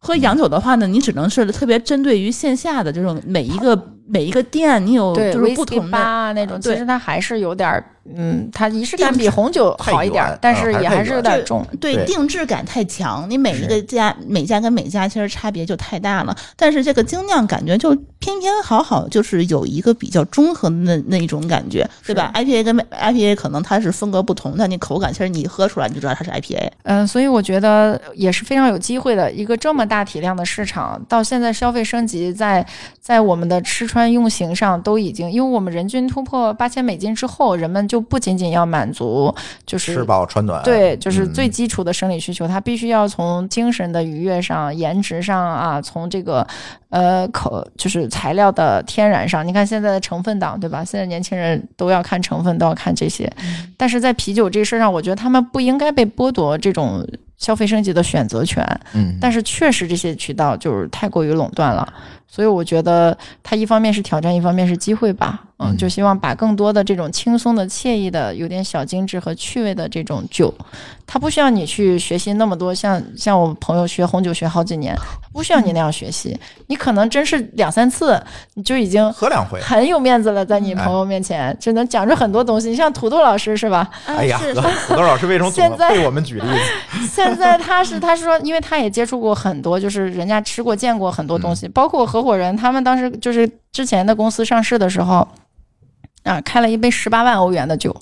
喝洋酒的话呢，你只能是特别针对于线下的这种每一个每一个店，你有对，就是不 whisky 同吧的。啊那种，其对实它还是有点儿，嗯，它仪式感定比红酒好一点太儿远，但啊是还是也太还是有远点儿对重。对对定制感太强，你每一个家每家跟每家其实差别就太大了。但是这个精酿感觉就偏偏好好，就是有一个比较中和的那那一种感觉，对吧？IPA 跟 IPA 可能它是风格不同，但你口感其实你一喝出来你就知道它是 IPA。嗯，所以我觉得也是非常有机会的。一个这么大体量的市场，到现在消费升级在在我们的吃穿用行上都已经，因为我们人均突破八千美金之后，人们就不仅仅要满足就是吃饱穿暖，对，就是最嗯基础的生理需求，它必须要从精神的愉悦上、颜值上啊，从这个呃口就是材料的天然上。你看现在的成分党，对吧？现在年轻人都要看成分，都要看这些。但是在啤酒这事儿上，我觉得他们不应该被剥夺这种消费升级的选择权。嗯，但是确实这些渠道就是太过于垄断了，所以我觉得它一方面是挑战，一方面是机会吧。嗯，嗯就希望把更多的这种轻松的、惬意的、有点小精致和趣味的这种酒，它不需要你去学习那么多，像像我朋友学红酒学好几年，不需要你那样学习，你可能真是两三次你就已经。喝两回，很有面子了，在你哎朋友面前就能讲出很多东西。你像土豆老师是吧？哎呀，土豆老师为什么总现在被我们举 例？现在他是他说，因为他也接触过很多，就是人家吃过、见过很多东西，嗯包括合伙人，他们当时就是之前的公司上市的时候。啊，开了一杯十八万欧元的酒，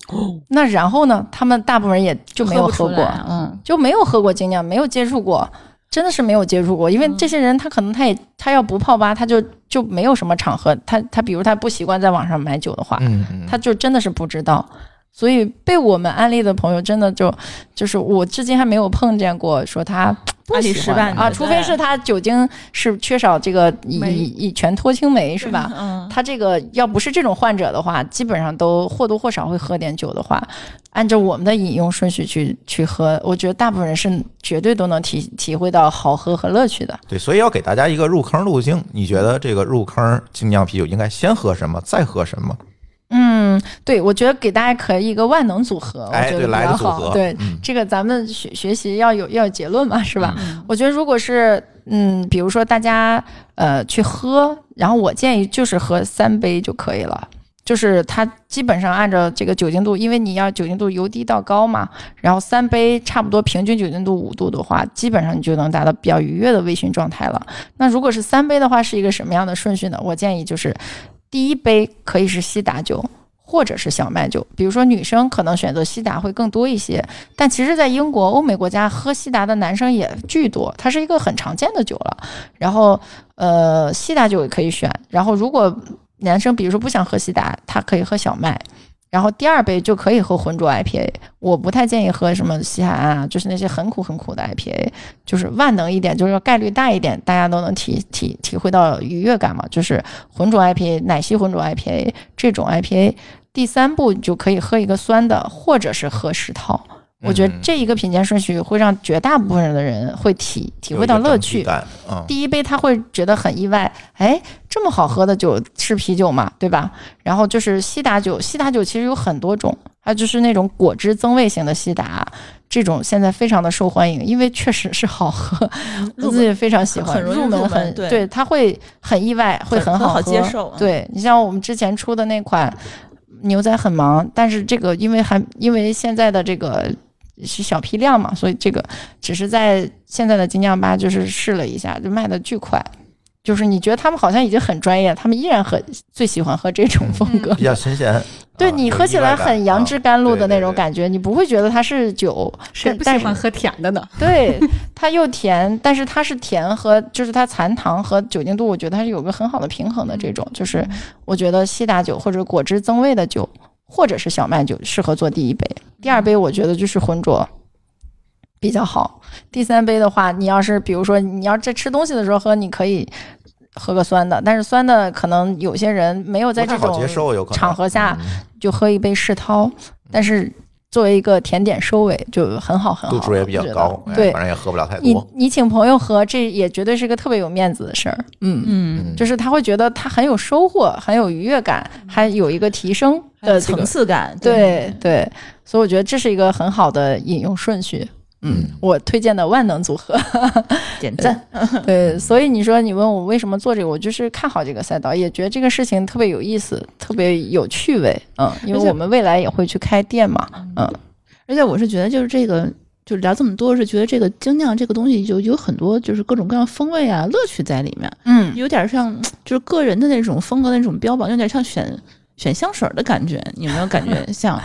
那然后呢？他们大部分人也就没哦有不出喝过，来嗯，就没有喝过精酿，没有接触过，真的是没有接触过。因为嗯这些人他可能他也他要不泡吧，他就就没有什么场合，他他比如他不习惯在网上买酒的话，嗯嗯，他就真的是不知道。所以被我们安利的朋友，真的就就是我至今还没有碰见过说他不安利喜失欢败啊，的除非是他酒精是缺少这个乙酶乙醛脱氢酶是吧？嗯，他这个要不是这种患者的话，基本上都或多或少会喝点酒的话，按照我们的饮用顺序去去喝，我觉得大部分人是绝对都能体体会到好喝和乐趣的。对，所以要给大家一个入坑路径。你觉得这个入坑精酿啤酒应该先喝什么，再喝什么？嗯，对，我觉得给大家可以一个万能组合，我哎，觉对，得比来较个组好。合，对，嗯这个咱们学学习要有要有结论嘛，是吧？嗯我觉得如果是嗯，比如说大家呃去喝，然后我建议就是喝三杯就可以了。就是它基本上按照这个酒精度，因为你要酒精度由低到高嘛，然后三杯差不多平均酒精度五度的话，基本上你就能达到比较愉悦的微醺状态了。那如果是三杯的话，是一个什么样的顺序呢？我建议就是第一杯可以是西打酒。或者是小麦酒，比如说女生可能选择西打会更多一些，但其实，在英国、欧美国家喝西达的男生也巨多，它是一个很常见的酒了。然后，呃，西达酒也可以选。然后，如果男生比如说不想喝西达，他可以喝小麦。然后第二杯就可以喝浑浊 IPA，我不太建议喝什么西海岸啊，就是那些很苦很苦的 IPA，就是万能一点，就是概率大一点，大家都能体体体会到愉悦感嘛。就是浑浊 IPA、奶昔浑浊 IPA 这种 IPA，第三步你就可以喝一个酸的，或者是喝石涛。我觉得嗯这一个品鉴顺序会让绝大部分的人会体体会到乐趣。有一个蒸汽蛋嗯，第一杯他会觉得很意外，哎，这么好喝的酒是啤酒嘛，对吧？然后就是西达酒，西达酒其实有很多种，它就是那种果汁增味型的西达，这种现在非常的受欢迎，因为确实是好喝，我自己非常喜欢，很容易入入门很对它会很意外，会很很好好喝接受嗯对你像我们之前出的那款牛仔很忙，但是这个因为还因为现在的这个是小批量嘛，所以这个只是在现在的精酿吧就是试了一下，就卖的巨快。就是你觉得他们好像已经很专业，他们依然很最喜欢喝这种风格。比较新鲜， 对嗯啊你有喝意起外来感很杨枝甘露的那种啊感觉，你不会觉得它是酒， 谁但不但喜是欢喝甜的呢？ 对，它又甜，但是它是甜和就是它残糖和酒精度，我觉得它是有个很好的平衡的。这种就是我觉得西打酒或者果汁增味的酒，或者是小麦酒适合做第一杯，第二杯我觉得就是浑浊。比较好。第三杯的话，你要是比如说你要在吃东西的时候喝，你可以喝个酸的，但是酸的可能有些人没有在不这太好种接受有可能嗯场合下就喝一杯世涛，但是作为一个甜点收尾就很好很对好度数了，也比较我觉得高，哎对反，正也喝不了太你多。你请朋友喝，这也绝对是个特别有面子的事儿。嗯嗯，嗯就是他会觉得他很有收获，很有愉悦感，还有一个提升的嗯这层个。次感，对对，所以我觉得这是一个很好的饮用顺序。嗯，我推荐的万能组合。 呃点赞，对，所以你说你问我为什么做这个，我就是看好这个赛道，也觉得这个事情特别有意思，特别有趣味。嗯，因为而且我们未来也会去开店嘛。嗯，而且我是觉得就是这个。就聊这么多，是觉得这个精酿这个东西就有很多就是各种各样风味啊、乐趣在里面，嗯，有点像就是个人的那种风格的那种标榜，有点像选选香水儿的感觉，你有没有感 觉像？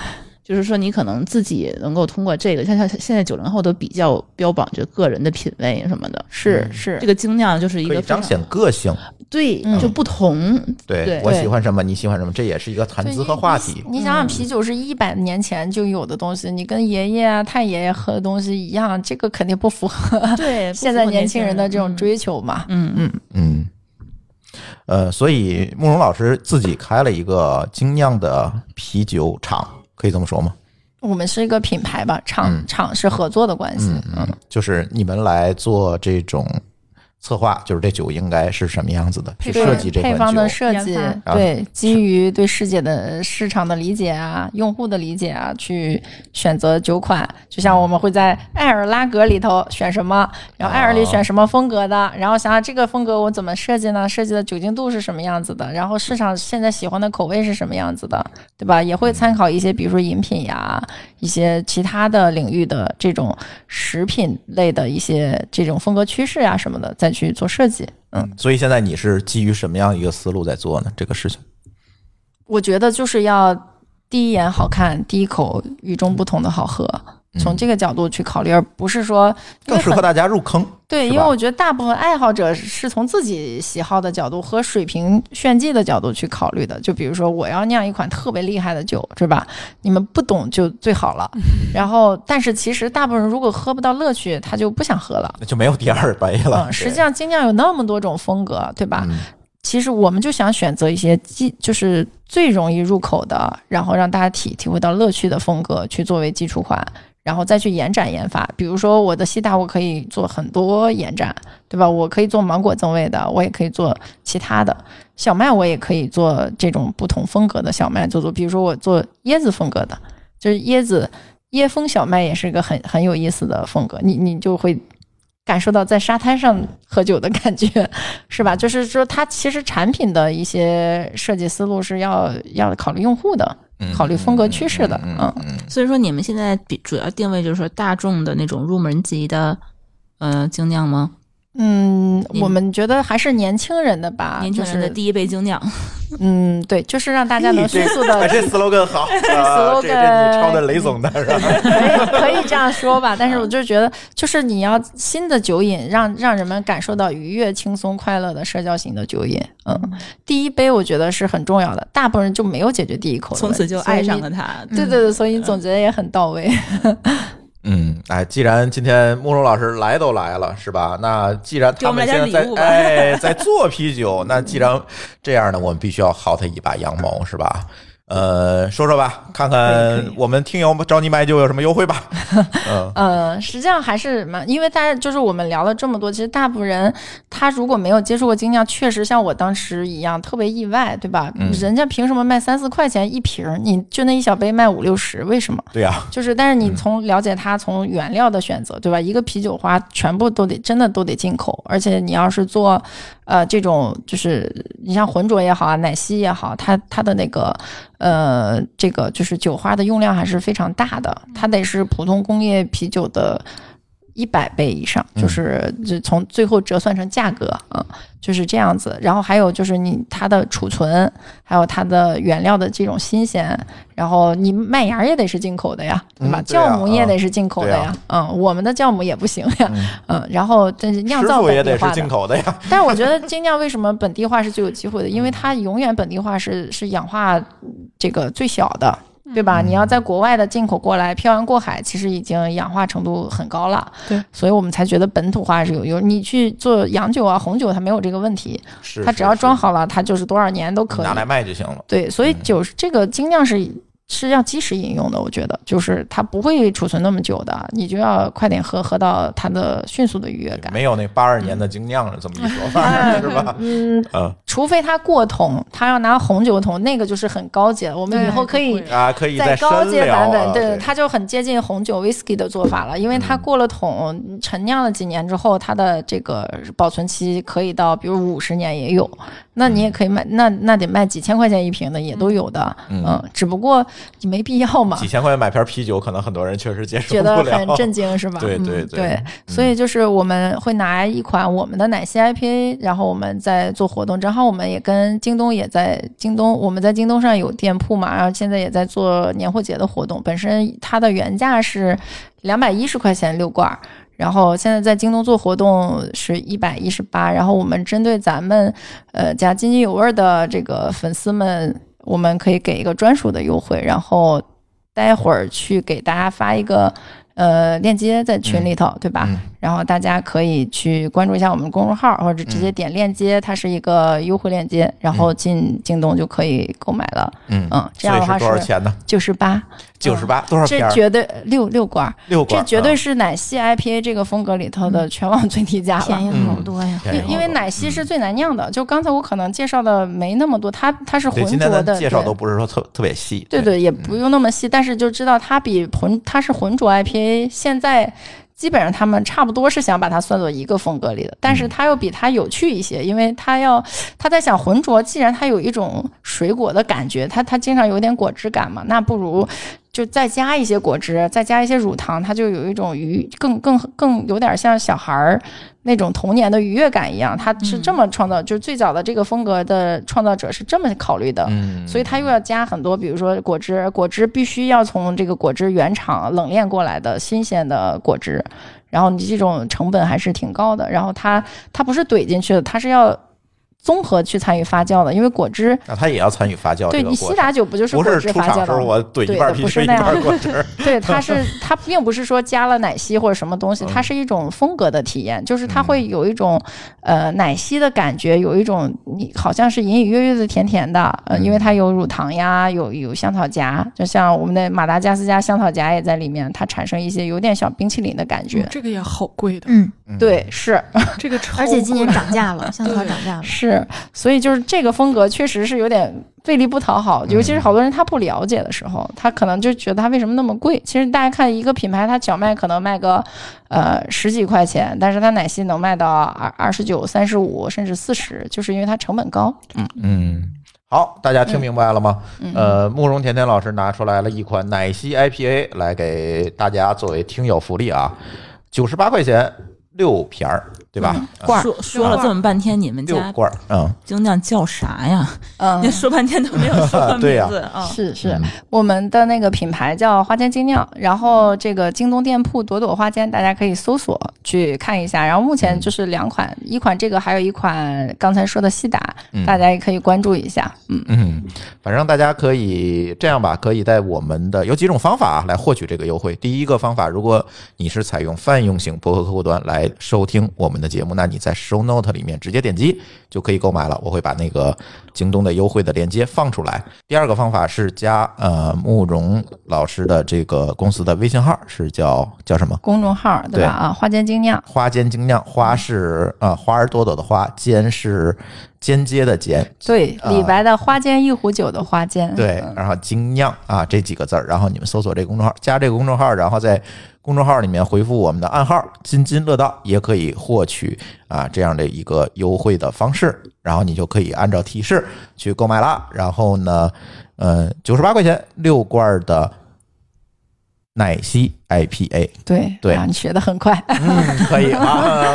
就是说，你可能自己能够通过这个，像像现在九零后都比较标榜着个人的品味什么的，嗯是是这，个精酿就是一可个以非常彰显个性，对嗯就不同，对对我喜欢什么，你喜欢什么，这也是一个谈对资你和话题。你想想，啤酒是一百年前就有的东西，你跟爷爷啊、太爷爷喝的东西一样，这个肯定 不符合 对现在年轻人的这种，追求嘛。嗯嗯嗯，呃，所以慕容老师自己开了一个精酿的啤酒厂，可以这么说吗？我们是一个品牌吧，厂、嗯厂是合作的关系。嗯，就是你们来做这种策划，就是这酒应该是什么样子的，去对设计这配款方的酒。啊设研计发，对，基于对世界的市场的理解啊、用户的理解啊，去选择酒款。就像我们会在艾尔拉格里头选什么，然后艾尔里选什么风格的，然后想想这个风格我怎么设计呢？设计的酒精度是什么样子的？然后市场现在喜欢的口味是什么样子的，对吧？也会参考一些，比如说饮品呀，一些其他的领域的这种食品类的一些这种风格趋势啊什么的，再去做设计。嗯，所以现在你是基于什么样一个思路在做呢？这个事情，我觉得就是要第一眼好看，第一口与众不同的好喝。从这个角度去考虑，而不是说因嗯更为适合很大家入坑。对，是因吧为我觉得大部分爱好者是从自己喜好的角度和水平炫技的角度去考虑的。就比如说，我要酿一款特别厉害的酒，是吧？你们不懂就最好 了。然后，但是其实大部分人如果喝不到乐趣，他就不想喝了。那就没有第二杯了。嗯，实际上精酿有那么多种风格，对吧？嗯其实我们就想选择一些基，就是最容易入口的，然后让大家体体会到乐趣的风格去作为基础款，然后再去延展研发。比如说我的西大，我可以做很多延展，对吧？我可以做芒果增味的，我也可以做其他的。小麦我也可以做这种不同风格的小麦做做，比如说我做椰子风格的，就是椰子椰风小麦也是一个很很有意思的风格，你你就会感受到在沙滩上喝酒的感觉，是吧？就是说它其实产品的一些设计思路是要要考虑用户的，考虑风格趋势的，嗯嗯嗯嗯所以说你们现在比主要定位就是说大众的那种入门级的呃精酿吗？嗯，嗯我们觉得还是年轻人的吧，年轻人的啊就是第一杯精酿，嗯，对，就是让大家能迅速的哎，这 slogan 好，啊这这 slogan 你抄的雷总的是吧？ 可以可以这样说吧，但是我就觉得，就是你要新的酒饮，让让人们感受到愉悦、轻松、快乐的社交型的酒饮。嗯，第一杯我觉得是很重要的，大部分人就没有解决第一口的从问题，此就爱上所了嗯以嗯它。你。对对对，所以你总结得也很到位。嗯，哎，既然今天慕容老师来都来了，是吧？那既然他现在给我们来点在礼物吧哎在做啤酒，那既然这样呢，我们必须要薅他一把羊毛，是吧？呃，说说吧，看看我们听友找你买酒有什么优惠吧。嗯，呃，实际上还是蛮，因为大家就是我们聊了这么多，其实大部分人他如果没有接触过精酿，确实像我当时一样特别意外，对吧？嗯人家凭什么卖三四块钱一瓶儿，你就那一小杯卖五六十，为什么？对呀、就是，但是你从了解它，从原料的选择，对吧？一个啤酒花全部都得真的都得进口，而且你要是做，呃，这种就是你像浑浊也好啊，奶昔也好，它它的那个呃，这个就是酒花的用量还是非常大的，它得是普通工业啤酒的。一百倍以上，嗯就是就从最后折算成价格啊、嗯就是这样子。然后还有就是你它的储存，还有它的原料的这种新鲜，然后你麦芽也得是进口的呀，对吧？嗯对啊啊酵母也得是进口的呀，嗯，我们的酵母也不行呀，嗯嗯，然后这是酿师造傅也本地得是化进的。口的呀。但是我觉得精酿为什么本地化是最有机会的？因为它永远本地化是是氧化这个最小的。嗯对吧？你要在国外的进口过来，漂洋过海，其实已经氧化程度很高了。对，所以我们才觉得本土化是有用。你去做洋酒啊、红酒，它没有这个问题，是，它只要是装，好了，它就是多少年都是可以拿。来卖就行了。对，所以嗯酒是这个精酿是是要及时饮用的，我觉得就是它不会储存那么久的，你就要快点喝，喝到它的迅速的愉悦感。没有那八二年的精酿了，这么一 说法是吧？嗯，嗯除非它过桶，它要拿红酒桶，那个就是很高级了。我们以后可以对啊，可以嗯在深高阶聊版本，啊对，它就很接近红酒 whisky 的做法了，因为它嗯过了桶，陈酿了几年之后，它的这个保存期可以到，比如五十年也有。那你也可以卖，那那得卖几千块钱一瓶的也都有的，嗯只不过你没必要嘛几，千块钱买瓶啤酒，可能很多人确实 接受觉得不了。很震惊是吧？嗯对对嗯对所以就是我们会拿一款我们的奶昔 IPA，然后我们在做活动，正好我们也跟京东也在京东，我们在京东上有店铺嘛，然后现在也在做年货节的活动。本身它的原价是两百一十块钱六罐儿，然后现在在京东做活动是一百一十八，然后我们针对咱们呃加津津有味儿的这个粉丝们，我们可以给一个专属的优惠，然后待会儿去给大家发一个呃链接在群里头，对吧？嗯然后大家可以去关注一下我们公众号，或嗯者直接点链接，它是一个优惠链接，然后进京东就可以购买了，嗯嗯这所样以的话是多少是钱呢？九十八，九十八，多少片这儿？绝对六六罐儿。六罐啊儿，这嗯绝对是奶昔 IPA 这个风格里头的全网最低价了便。宜好多呀嗯，便宜因因为奶昔是嗯最难酿的，就刚才我可能介绍的没那么多，它它是对浑今天浊咱的，介绍对都不是说特特别细，对对，也不用那么细，但是就知道它比浑它是浑浊 IPA，现在基本上他们差不多是想把它算作一个风格里的，但是它又比它有趣一些，因为它要他在想浑浊，既然它有一种水果的感觉，它它经常有点果汁感嘛，那不如。就再加一些果汁，再加一些乳糖，它就有一种愉更更更有点像小孩儿那种童年的愉悦感一样。它是这么创造，就最早的这个风格的创造者是这么考虑的。嗯，所以它又要加很多，比如说果汁，果汁必须要从这个果汁原厂冷链过来的新鲜的果汁，然后你这种成本还是挺高的。然后它它不是怼进去的，它是要综合去参与发酵的，因为果汁那他也要参与发酵对这个你过西程。打酒不就是不果是汁出发厂酵时候的吗？我怼对一半的啤不酒是一那半样 果汁儿，对，它是它并不是说加了奶昔或者什么东西，它是一种风格的体验，就是它会有一种呃奶昔的感觉，有一种你好像是隐隐约约的甜甜的，呃，嗯因为它有乳糖呀，有有香草荚，就像我们的马达加斯加香草荚也在里面，它产生一些有点小冰淇淋的感嗯觉。哦这个也好贵的，嗯，嗯对，是这个超而且今年 贵涨价了，香草涨价了，是，是，所以就是这个风格确实是有点费力不讨好，尤其是好多人他不了解的时候，他可能就觉得它为什么那么贵。其实大家看一个品牌，它小麦可能卖个呃十几块钱，但是它奶昔能卖到二二十九、三十五甚至四十，就是因为它成本高。嗯，好，大家听明白了吗？呃，慕容甜甜老师拿出来了一款奶昔 IPA 来给大家作为听友福利啊，九十八块钱六瓶儿，对吧？啊罐儿说说了这么半天，你们六家罐儿，嗯，精酿叫啥呀？嗯你，说半天都没有 说过对呀名字啊。是是，嗯我们的那个品牌叫花间精酿，然后嗯这个京东店铺朵朵花间，大家可以搜索去看一下。然后目嗯前就是两款，一款这个，还有一款刚才说的西达，嗯大家也可以关注一下。嗯，嗯，反正大家可以这样吧，可以在我们的有几种方法来获取这个优惠。第一个方法，如果你是采用泛用型博客客户端来收听我们的节目，那你在 Show Note 里面直接点击就可以购买了。我会把那个京东的优惠的链接放出来。第二个方法是加呃慕容老师的这个公司的微信号，是叫叫什么？公众号对对吧？啊，花间精酿，花间精酿，花是啊、花儿朵朵的花，间是间接的间，对，啊李白的花间一壶酒的花间，对，然后精酿啊这几个字儿，然后你们搜索这个公众号，加这个公众号，然后在公众号里面回复我们的暗号“津津乐道”，也可以获取啊这样的一个优惠的方式，然后你就可以按照提示去购买啦。然后呢，呃，九十八块钱六罐儿的奶昔 IPA，对对啊，你学的很快。嗯，可以 啊。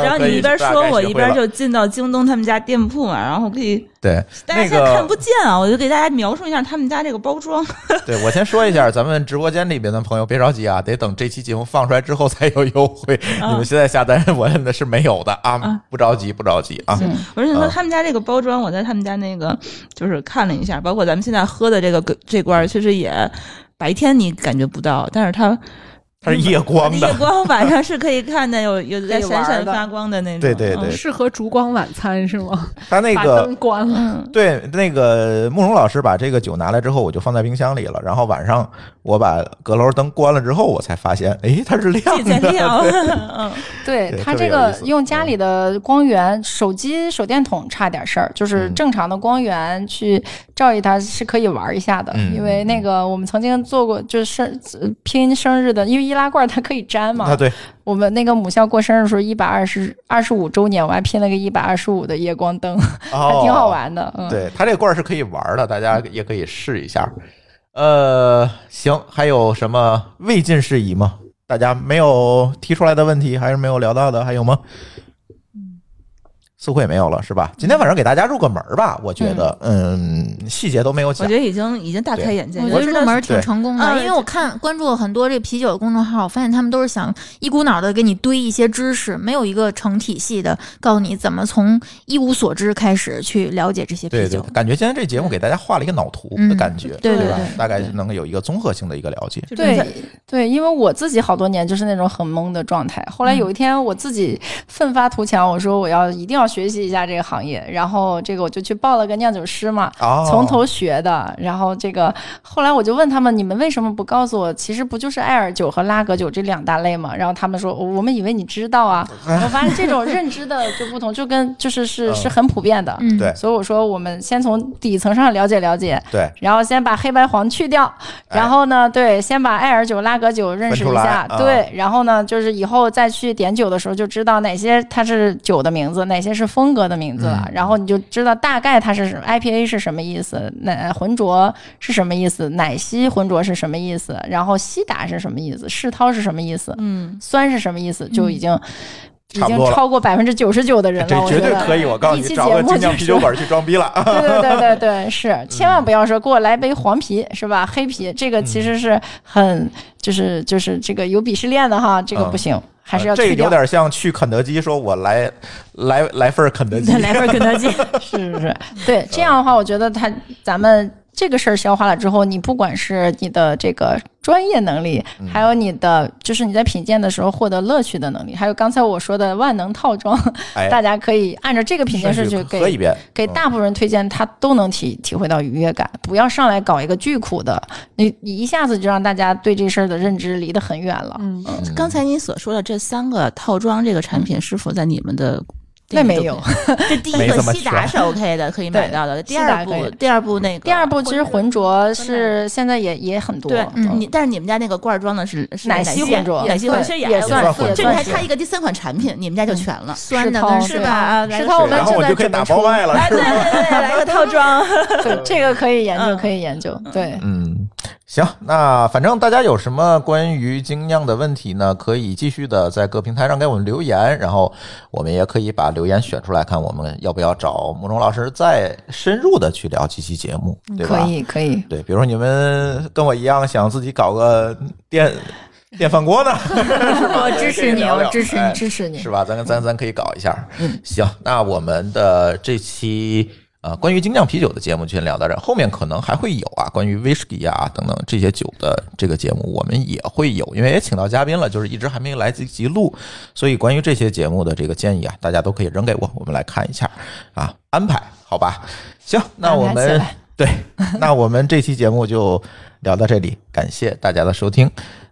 然后可以你一边大概说，我学一会边了就进到京东他们家店铺嘛，然后可以对大家那现在看个不见啊，我就给大家描述一下他们家这个包 装。对，我先说一下，咱们直播间里边的朋友别着急啊，得等这期节目放出来之后才有优惠。 啊你们现在下单，我那是没有的啊，不着急，不着急啊。嗯我是啊说他们家这个包装，我在他们家那个就是看了一下，包括咱们现在喝的这个这罐儿，其实也白天你感觉不到，但是它它是夜光夜 的，光晚上是可以看的，有有在 可以闪玩闪的发光的那种。对对嗯对，哦适合烛光晚餐是吗？它那把个灯关了，对那个慕容老师把这个酒拿来之后，我就放在冰箱里了。然后晚上我把阁楼灯关了之后，我才发现，诶，它是亮自己在的。亮，嗯，对对它特别这有意个思嗯用家里的光源，手机手电筒差点事儿，就是嗯正常的光源去照一它是可以玩一下的，嗯因为那个我们曾经做过，就是生呃拼生日的，因为易拉罐它可以粘那嘛。对，我们那个母校过生日的时候，一百二十二十五周年，我还拼了个一百二十五的夜光灯，还哦，挺好玩的。嗯，对，它这罐儿是可以玩儿的，大家也可以试一下。呃，行，还有什么未尽事宜吗？大家没有提出来的问题，还是没有聊到的，还有吗？嗯似乎也没有了，是吧？今天晚上给大家入个门儿吧，我觉得，嗯，细节都没有我讲觉，得已经已经大开眼界，我就觉得知入道门儿挺对成功的，嗯因为我看关注了很多这啤酒的公众号，我发现他们都是想一股脑的给你堆一些知识，没有一个成体系的告诉你怎么从一无所知开始去了解这些啤对对酒，。感觉今天这节目给大家画了一个脑图的嗯感觉，对对吧对？大概能有一个综合性的一个了解。就真的对对，因为我自己好多年就是那种很懵的状态。后来有一天我自己奋发图强，我说我要一定要学习一下这个行业，然后这个我就去报了个酿酒师嘛，哦，从头学的。然后这个后来我就问他们，你们为什么不告诉我？其实不就是艾尔酒和拉格酒这两大类吗？然后他们说，哦我们以为你知道啊。我发现这种认知的就不同，就跟就是是是很普遍的。嗯，对所以我说，我们先从底层上了解了解，对，然后先把黑白黄去掉，哎然后呢，对，先把艾尔酒、拉格酒认识分一出来下，啊对，然后呢，就是以后再去点酒的时候就知道哪些它是酒的名字，哪些是风格的名字了，嗯然后你就知道大概它是什么 IPA 是什么意思，奶浑浊是什么意思，奶昔浑浊是什么意思，然后西打是什么意思，世涛是什么意思，嗯，酸是什么意思，就已经。已嗯差不经多了超过百分之九十九的人这了，我绝觉对得可以。我告诉一你，期找节个目精就酿啤酒是馆去装逼了。对对对对对，是，嗯千万不要说给我来杯黄啤是吧？黑啤这个其实是很就是就是这个有鄙视链的哈，这个不行，还是要呃这去个有掉。点像去肯德基，说我来来来份儿肯德 基再，来份肯德基，是是 是，嗯对，这样的话，我觉得他咱们。这个事儿消化了之后，你不管是你的这个专业能力，嗯还有你的就是你在品鉴的时候获得乐趣的能力，还有刚才我说的万能套装，哎， 大家可以按照这个品鉴顺顺序序喝一给遍，嗯给大部分人推荐，他都能体体会到愉悦感。不要上来搞一个巨苦的，你你一下子就让大家对这事儿的认知离得啊很远了。嗯，嗯刚才你所说的这三个套装这个产品是否在你们的嗯那没就有可以。这第一没个怎么西达选是 OK 的，可以买到的。第西达二可步以，第二步那个，第二步其实浑浊是现在也也很多，对嗯你，但是你们家那个罐儿装的是是奶昔昔浑浊奶昔浑对浊也算算是这里还是差一个第三款产品，你们家就全了。酸的石头跟是是吧吧？石头我们然后正我在就可以准备打出包，卖了，是吧？对，来个套装。 对这个可以研究，嗯可以研究，对。嗯，行，那反正大家有什么关于精酿的问题呢，可以继续的在各平台上给我们留言，然后我们也可以把留言选出来，看我们要不要找慕容老师再深入的去聊几期节目，对吧？嗯可以，可以，对，比如说你们跟我一样想自己搞个电电饭锅呢，我支持你，聊我聊支持哎你。支持你是。吧？咱跟咱咱可以搞一下。嗯，行，那我们的这期呃关于精酿啤酒的节目就先聊到这儿，后面可能还会有啊，关于威士忌啊等等这些酒的这个节目，我们也会有，因为也请到嘉宾了，就是一直还没来及及录，所以关于这些节目的这个建议啊，大家都可以扔给我，我们来看一下啊，安排好吧？行，那我安排起们来对，那我们这期节目就聊到这里，感谢大家的收听，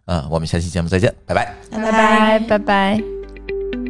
嗯、我们下期节目再见，拜拜。拜拜，拜拜。